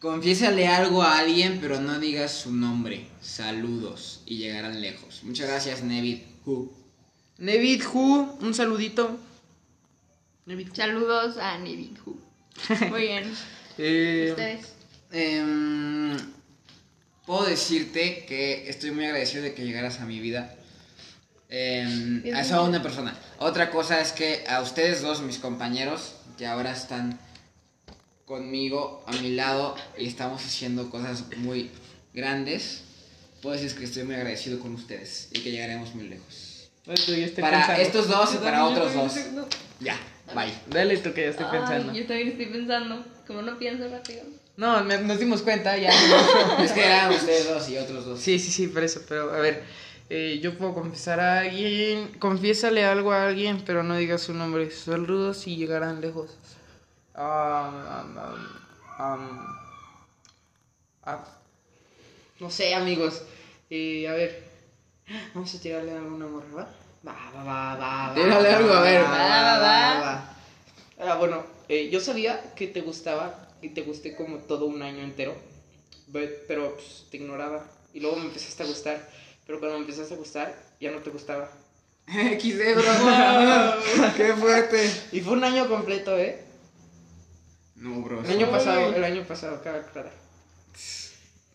C: Confiésale algo a alguien, pero no digas su nombre. Saludos y llegarán lejos. Muchas gracias, Nevid. Who.
A: Nevid Hu, un saludito. Nevid Hu.
B: Saludos a Nibihu. [laughs] Muy bien.
A: Eh,
B: Ustedes.
C: Em, puedo decirte que estoy muy agradecido de que llegaras a mi vida. Em,
B: Dios
C: eso a una persona. Otra cosa es que a ustedes dos, mis compañeros, que ahora están conmigo, a mi lado, y estamos haciendo cosas muy grandes, puedo decir que estoy muy agradecido con ustedes y que llegaremos muy lejos.
A: ay, tú, ya estoy
C: para
A: pensando.
C: estos dos y para otros dos.
B: No.
C: Ya, bye.
A: Dale tú que ya estoy
B: Ay,
A: pensando.
B: yo también estoy pensando. Como no pienso rápido.
A: No, me- nos dimos cuenta ya.
C: Es que eran ustedes dos y otros
A: [laughs]
C: dos. [laughs]
A: sí, sí, sí, por eso, pero a ver. eh, yo puedo confesar a alguien, confiésale algo a alguien, pero no digas su nombre. Saludos y llegarán lejos. Ah, am, am, am. Ah, no sé, amigos. Eh, a ver, vamos a tirarle a alguna morra, ¿va? Va, va, va, va. va,
C: Tírale
A: va,
C: algo, a ver.
A: va,
B: Va, va,
A: va. Ah, bueno, eh, yo sabía que te gustaba y te gusté como todo un año entero, ve- pero pues, te ignoraba. Y luego me empezaste a gustar, pero cuando me empezaste a gustar ya no te gustaba.
C: XD, bro. Qué fuerte.
A: Y fue un año completo, ¿eh?
C: No, bro.
A: El año pasado, el año pasado, cabe aclarar.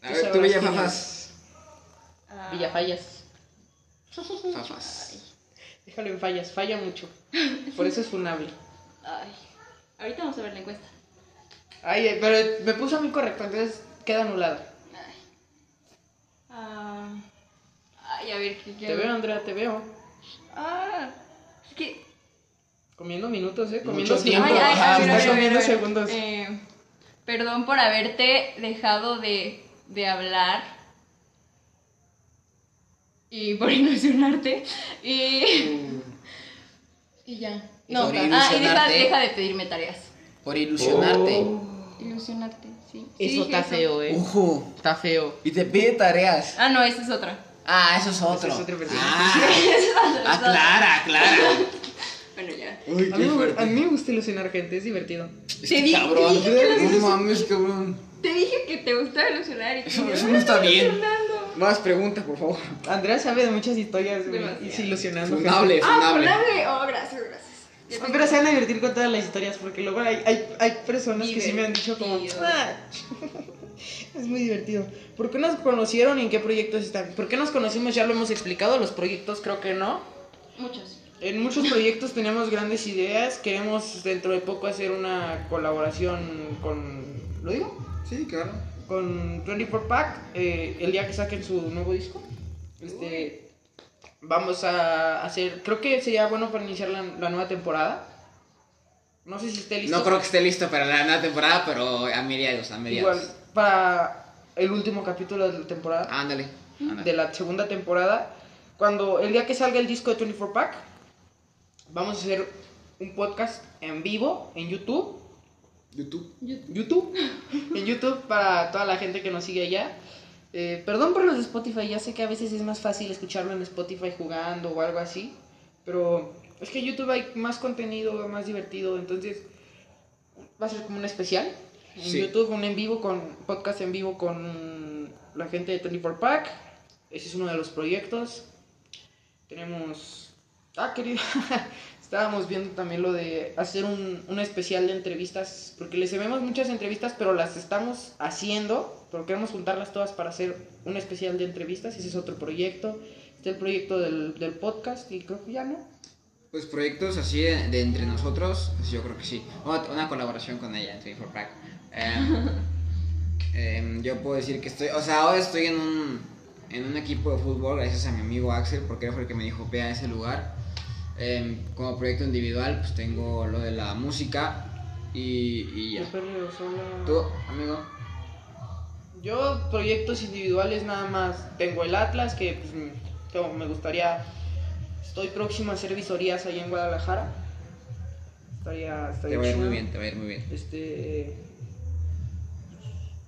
C: A
A: tú
C: ver, tú
A: sabrás
C: veías
A: quién
C: fafas.
B: Ah,
A: Villafallas.
C: Fafas.
A: Déjalo en fallas, falla mucho. Por eso es funable.
B: ay. Ahorita vamos a ver la encuesta.
A: Ay, eh, pero me puso a mí correcto, entonces queda anulada.
B: Ay. Ah, ay, a ver, ¿qué qué-
A: Te veo, Andrea, te veo.
B: Ah, es que.
A: Comiendo minutos, ¿eh?
C: Mucho
A: Comiendo
C: tiempo.
B: Ay,
A: segundos.
B: ay, ay,
C: Ajá,
B: a ver, a
A: Estás
B: ver, a ver,
A: comiendo
B: a ver.
A: segundos.
B: Eh, perdón por haberte dejado de, de hablar y por [laughs] ilusionarte. Y, y ya.
C: Y
B: No,
C: por
B: ah, y deja,
C: ilusionarte.
B: deja de pedirme tareas.
C: Por ilusionarte.
B: Ilusionarte, sí. Sí,
A: Eso
B: dije
A: está feo, ¿eh?
C: Ojo.
A: Está feo.
C: Y te pide tareas.
B: Ah, no, esa es otra. [laughs]
C: Ah, eso es otro.
A: Ese es otro personaje.
C: ah, [laughs] aclara, aclara.
B: Bueno, ya.
C: Uy, Este
A: A mí, me- a mí me gusta ilusionar gente, es divertido.
B: Te di-
C: cabrón.
B: te dije que
C: no mames, cabrón.
B: Te dije que te gustaba ilusionar y
C: Eso,
B: tú-
C: eso no está bien.
B: Fernando.
C: Más preguntas, por favor.
A: Andrea sabe de muchas historias, güey.
B: Demasiado.
A: Es ilusionando. gente. Ah,
C: Funable,
B: Ah,
C: funable.
B: funable. Oh, gracias, gracias. Ya te-
A: Pero se van a divertir con todas las historias porque luego hay, hay, hay personas que sí me han dicho como...
B: Divertido.
A: "Ah, [laughs] es muy divertido. ¿Por qué nos conocieron y en qué proyectos están? ¿Por qué nos conocimos? Ya lo hemos explicado. Los proyectos creo que no.
B: Muchos.
A: En muchos proyectos tenemos grandes ideas. Queremos dentro de poco hacer una colaboración con... ¿Lo digo?
C: Sí, claro.
A: con 24 Pack eh, el día que saquen su nuevo disco. Este, vamos a hacer, creo que sería bueno para iniciar la, la nueva temporada. No sé si esté listo.
C: No creo que esté listo para la nueva temporada, pero a mediados, a mediados.
A: Igual, para el último capítulo de la temporada,
C: Ándale.
A: de
C: ándale.
A: la segunda temporada, cuando el día que salga el disco de 24 Pack, vamos a hacer un podcast en vivo en YouTube.
C: YouTube.
A: YouTube. En YouTube para toda la gente que nos sigue allá. Eh, perdón por los de Spotify, ya sé que a veces es más fácil escucharlo en Spotify jugando o algo así. Pero es que en YouTube hay más contenido, más divertido. Entonces va a ser como un especial. En
C: Sí.
A: YouTube, un en vivo con podcast en vivo con la gente de 24 Pack. Ese es uno de los proyectos. Tenemos. Ah, querido. [laughs] Estábamos viendo también lo de hacer un, un especial de entrevistas. Porque les vemos muchas entrevistas, pero las estamos haciendo. Pero queremos juntarlas todas para hacer un especial de entrevistas. Ese es otro proyecto. Está el proyecto del, del podcast. Y creo que ya no.
C: Pues proyectos así de, de entre nosotros, pues yo creo que sí. Una, una colaboración con ella, 24 Pack. Eh, em, yo puedo decir que estoy, o sea, ahora estoy en un, en un equipo de fútbol gracias a mi amigo Axel, porque él fue el que me dijo, ve a ese lugar. Em, como proyecto individual, pues tengo lo de la música y, y ya.
A: Los perros son-
C: ¿Tú, amigo?
A: Yo proyectos individuales nada más. Tengo el Atlas que pues, m- como me gustaría. Estoy próximo a hacer visorías allá en Guadalajara. Estaría, estaría
C: Te va a ir muy
A: chido.
C: bien, te va a ir muy bien.
A: Este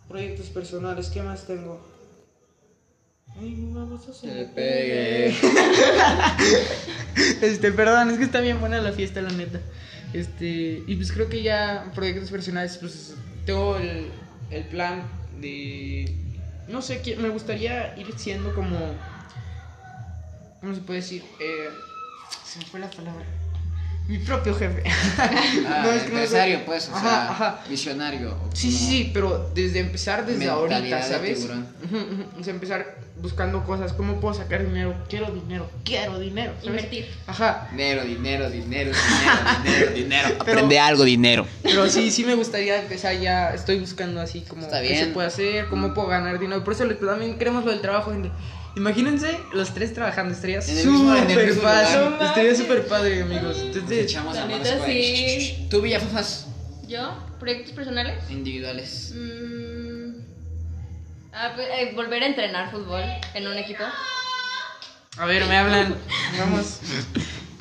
A: proyectos personales, ¿qué más tengo? Ay, una cosa se
C: Que
A: me
C: le Eh, pegue.
A: Este, perdón, es que está bien buena la fiesta, la neta. Este, y pues creo que ya proyectos personales, pues tengo el, el plan de. No sé, qué- me gustaría ir siendo como. ¿Cómo se puede decir? Eh, se me fue la palabra. Mi propio jefe.
C: Ah,
A: [laughs] No, es que no sé.
C: empresario, pues, o
A: Ajá,
C: sea,
A: ajá.
C: visionario. o
A: Sí, sí,
C: como-
A: sí, pero desde empezar desde ahorita,
C: Mentalidad de
A: ¿sabes?
C: tiburón.
A: Ujú, ujú, O sea, empezar buscando cosas, ¿cómo puedo sacar dinero? Quiero dinero, quiero dinero. ¿sabes?
B: Invertir.
A: Ajá.
C: Dinero, dinero, dinero,
A: [laughs]
C: dinero, dinero, dinero.
A: Pero- Aprende
C: algo, dinero.
A: Pero sí, sí me gustaría empezar ya, estoy buscando así como
C: Está
A: qué se
C: bien.
A: puede hacer, cómo puedo ganar dinero. Por eso le- también queremos lo del trabajo, gente. Imagínense los tres trabajando, estaría
C: En el mismo- en el
A: súper
C: mismo
A: padre.
C: lugar.
A: Estaría súper padre, amigos. Entonces,
C: echamos
B: La
C: a manos
B: neta,
C: por ahí.
B: sí.
C: Tú, Villafafas.
B: ¿Yo? ¿Proyectos personales?
C: Individuales.
B: Mm, ah, pues, eh, volver a entrenar fútbol en un equipo.
A: a ver, me hablan.
C: [laughs]
A: Vamos.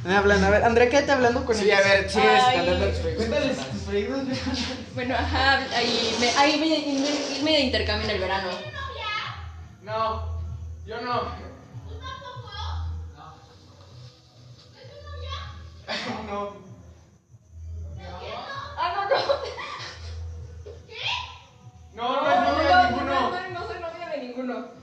A: Me hablan, a ver. Andrea, quédate hablando con ellos.
B: sigues Ay. cantando tus
A: Cuéntales tus proyectos.
B: Bueno, ajá, ahí me, ahí me- me- irme de intercambio en el verano.
A: No, yo no. No.
B: Ah, no, no.
A: No,
B: no, no, no soy novia de ninguno. [laughs]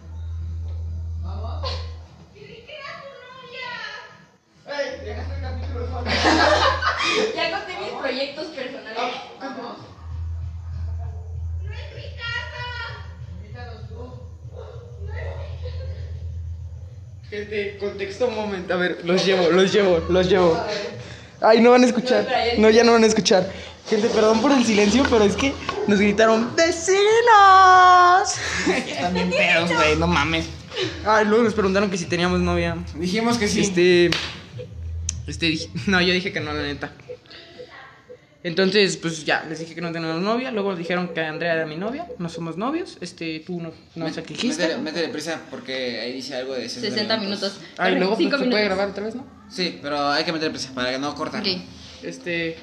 A: Gente, contexto un momento. A ver, los llevo, los llevo, los llevo. Ay, no van a escuchar. No, ya no van a escuchar. Gente, perdón por el silencio, pero es que nos gritaron ¡Vecinos!
C: Están bien pedos, güey, no mames.
A: Ay, luego nos preguntaron que si teníamos novia.
C: Dijimos que sí.
A: Este. Este. dije- [laughs] No, yo dije que no, la neta. Entonces, pues ya, les dije que no teníamos novia. Luego dijeron que Andrea era mi novia. No somos novios. Este, tú no, no
C: Me-
A: nos acogiste.
C: métele- Métele prisa porque ahí dice algo de 60,
B: 60 minutos.
A: Ay, luego pues,
B: Cinco
A: se puede
B: minutos.
A: grabar otra vez, ¿no?
C: Sí, pero hay que meter prisa para que no cortar.
B: Ok.
A: Este.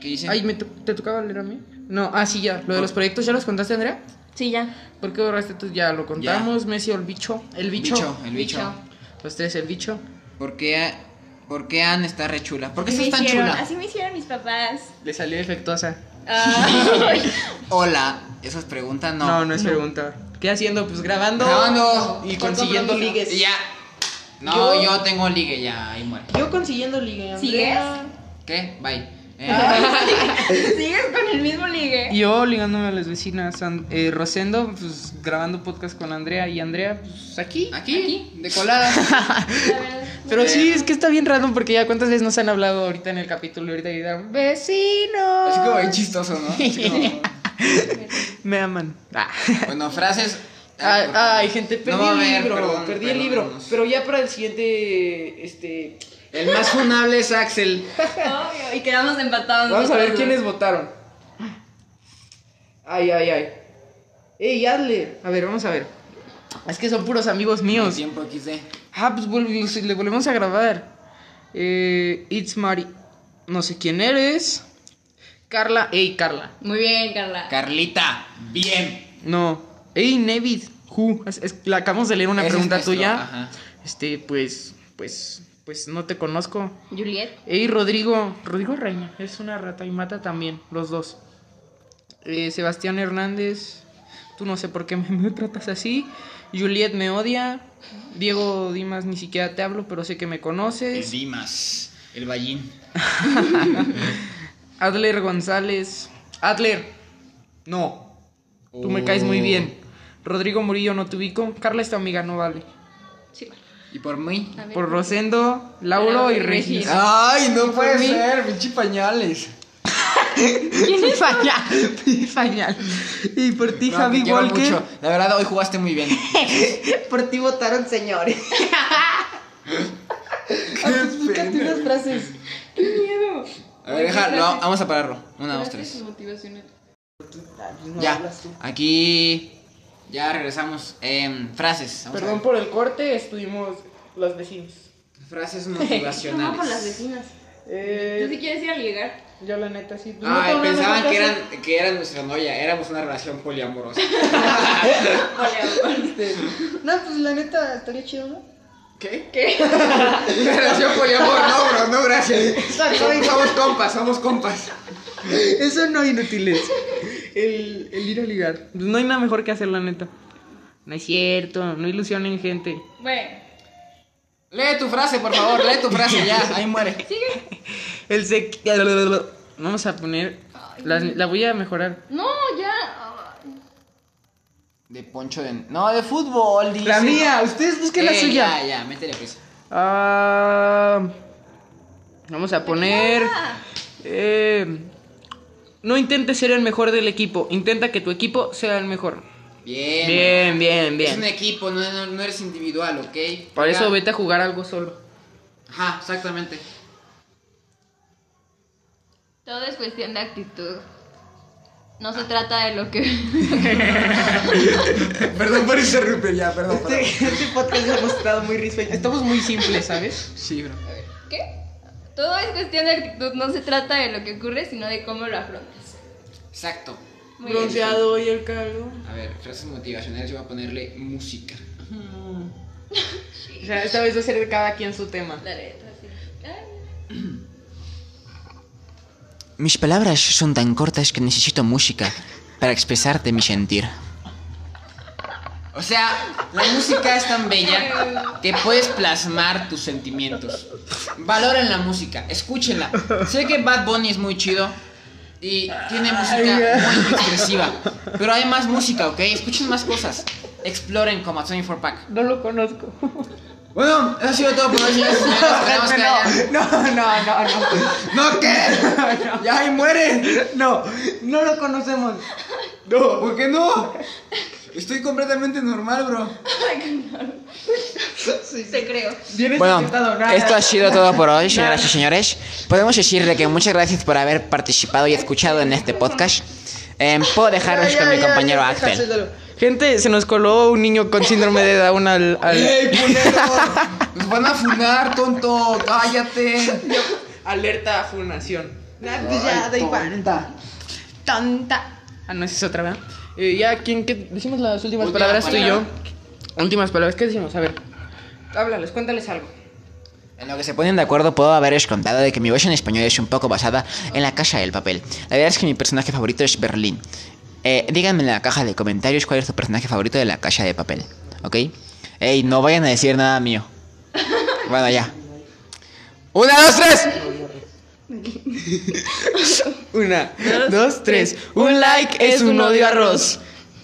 C: ¿Qué dice?
A: Ay, ¿me to- ¿te tocaba leer a mí? No, ah, sí, ya. Lo de los proyectos, ¿ya los contaste, Andrea?
B: Sí, ya.
A: ¿Por qué borraste tú? Ya lo contamos. Messi o el bicho. El bicho.
C: el bicho.
B: Bicho.
A: Los tres, el bicho.
C: ¿Por qué, por qué Anne está re chula? ¿Por qué
B: Así
C: estás
B: me
C: tan
B: hicieron,
C: chula?
B: Así me hicieron mis papás.
A: Le salió defectuosa.
B: Ay.
C: Hola, esa es pregunta, no.
A: No, no, es pregunta. ¿Qué haciendo? Pues grabando.
C: Grabando.
A: Y consiguiendo
B: compromiso.
A: ligues.
C: Y Ya. No,
A: Yo-
C: yo, tengo ligue ya, ahí muere.
A: Yo consiguiendo ligue.
B: ¿Sigues?
A: Andrea.
C: ¿Qué? Bye. Eh,
B: Sigues con el mismo ligue.
A: Yo ligándome a las vecinas. An- eh, Rosendo, pues grabando podcast con Andrea. Y Andrea, pues aquí.
C: aquí, de colada.
B: La verdad.
A: Pero sí, es que está bien raro porque ya cuántas veces nos han hablado ahorita en el capítulo. Y ahorita gritaron, vecino.
C: Así
A: [laughs]
C: como bien chistoso, ¿no? Así como-
A: Me aman. Ah.
C: Bueno, frases.
A: Ay,
C: por-
A: Ah, ay, gente, perdí
C: No va a
A: el
C: haber,
A: libro,
C: perdón,
A: perdí el libro.
C: perdónanos.
A: Pero ya para el siguiente, este...
C: El más funable es Axel.
B: Obvio, Y quedamos empatados.
A: Vamos a ver
B: nosotros.
A: quiénes votaron. Ay, ay, ay. Ey, Adler. A ver, vamos a ver. Es que son puros amigos
C: El
A: míos.
C: tiempo XD.
A: Ah, pues vuelve- si le volvemos a grabar. Eh, It's Mari... No sé quién eres. Carla. Ey, Carla.
B: Muy bien, Carla.
C: Carlita, bien.
A: No. Ey, Nevid. Who. Es- es- la acabamos de leer una
C: Ese es
A: pregunta
C: nuestro,
A: tuya.
C: ajá.
A: Este, pues, pues, pues no te conozco.
B: Juliet.
A: Ey, Rodrigo, Rodrigo Reina, es una rata y mata también, los dos. Eh, Sebastián Hernández, tú no sé por qué [laughs] me, me tratas así. Juliet me odia. Diego Dimas, ni siquiera te hablo, pero sé que me
C: El
A: conoces.
C: Dimas, el Ballín.
A: Adler González. Adler, no, tú me caes muy bien. Rodrigo Murillo, no te ubico. Carla es tu amiga, no vale.
B: Sí, bueno.
C: ¿Y por mí?
B: A ver.
A: Por Rosendo, Lauro y Regis.
C: Ay, no
A: puede ser,
C: pinche pañales.
A: Mi fañal, mi fañal. Y por ti, Javi Walker.
C: La verdad, hoy jugaste muy bien.
A: Por ti votaron señores. Ah, pues, búscate unas frases.
B: ¡Qué miedo!
C: A ver, deja, lo- vamos a pararlo. Una, dos,
B: Frases
C: tres.
B: motivacionales.
C: Ya, aquí. Ya regresamos. Em, frases. vamos a
A: Perdón
C: ver.
A: por el corte, estuvimos los vecinos.
B: [laughs]
C: Frases
B: No, con las
C: motivacionales.
B: vecinas. ¿Tú sí
A: Eh,
B: quieres ir a ligar?
A: yo la neta sí. ¿No te
C: Ay,
A: hablaron
C: pensaban
A: acaso?
C: que eran, que eran nuestra novia. Éramos una relación
B: [laughs]
C: poliamorosa. [laughs]
B: Vale,
A: No, pues la neta estaría chido, ¿no?
C: ¿Qué? ¿Qué? relación poliamor. No, bro, no, gracias. Somos compas, somos compas.
A: Eso no [laughs] inútiles. El, el ir a ligar. Pues no hay nada mejor que hacer, la neta. No es cierto, no ilusionen gente.
B: Bueno,
C: Lee tu frase, por favor, lee tu frase ya. Ahí muere.
A: El sec... Vamos a poner. La, la voy a mejorar.
B: no, ya. Ah,
C: De poncho de. No, de fútbol, dice.
A: La mía, ustedes busquen la
C: Eh,
A: suya.
C: Ya, ya, métele pues. prisa.
A: Ah, vamos a poner. eh, no intentes ser el mejor del equipo. Intenta que tu equipo sea el mejor.
C: Bien.
A: Bien, bien,
C: Es un
A: bien.
C: equipo, no, no- no eres individual, ¿ok?
A: Por eso
C: Juega-
A: vete a jugar algo solo.
C: Ajá, exactamente.
B: Todo es cuestión de actitud. No se trata de lo que.
C: perdón por interrumpir, ya, perdón.
A: [laughs] Este podcast hemos estado muy risueños. Estamos muy simples, ¿sabes?
C: Sí, bro.
B: ¿Qué? Todo es cuestión de actitud. No se trata de lo que ocurre, sino de cómo lo afrontas.
C: Exacto.
B: Muy bien.
A: Bronceado y el caldo.
C: A ver, frases motivacionales, yo voy a ponerle música.
A: O sea, esta vez va a ser de cada quien su tema.
B: Dale, así. Ay,
C: Mis palabras son tan cortas que necesito música para expresarte mi sentir. O sea, la música es tan bella que puedes plasmar tus sentimientos. Valoren la música, escúchenla. Sé que Bad Bunny es muy chido y tiene música muy expresiva, pero hay más música, ¿ok? Escuchen más cosas. Exploren como a 24 Pack.
A: No lo conozco.
C: Bueno, eso ha sido todo por hoy, señores. Esperamos que
A: [laughs]
C: hayan...
A: No, no, no, no.
C: ¡No, qué! ¡Ya ahí muere!
A: No, no lo conocemos.
C: No. ¿Por qué no? Estoy completamente normal, bro.
B: Te creo.
A: Vienes infectado, nada.
C: esto ha sido todo
A: [laughs]
C: por hoy, señoras y señores. Podemos decirle que muchas gracias por haber participado y escuchado en este podcast. Eh, puedo dejaros
A: Ya,
C: con
A: ya,
C: mi
A: ya,
C: compañero
A: ya,
C: Axel.
A: déjaselo. Gente, se nos coló un niño con síndrome de Down al. al...
C: ¡Nos van a funar, tonto! ¡Cállate!
A: Alerta a funación. Nah, pues ya, da
C: Ay,
A: igual.
C: tonta.
A: Tonta. Ah, no, esa es otra, ¿verdad? Eh, ya, ¿quién, qué? Decimos las últimas
C: Última
A: palabras
C: palabra.
A: tú y yo. Últimas palabras, ¿qué decimos? A ver. Háblales, cuéntales algo.
C: En lo que se ponen de acuerdo puedo haberos contado de que mi voz en español es un poco basada en la casa del papel. La verdad es que mi personaje favorito es Berlín. Eh, díganme en la caja de comentarios cuál es tu personaje favorito de la casa de papel, ¿ok? Ey, no vayan a decir nada mío. Bueno,
A: [laughs]
C: ya. ¡Una, dos, tres!
A: Una, dos, tres. Un like es un odio arroz.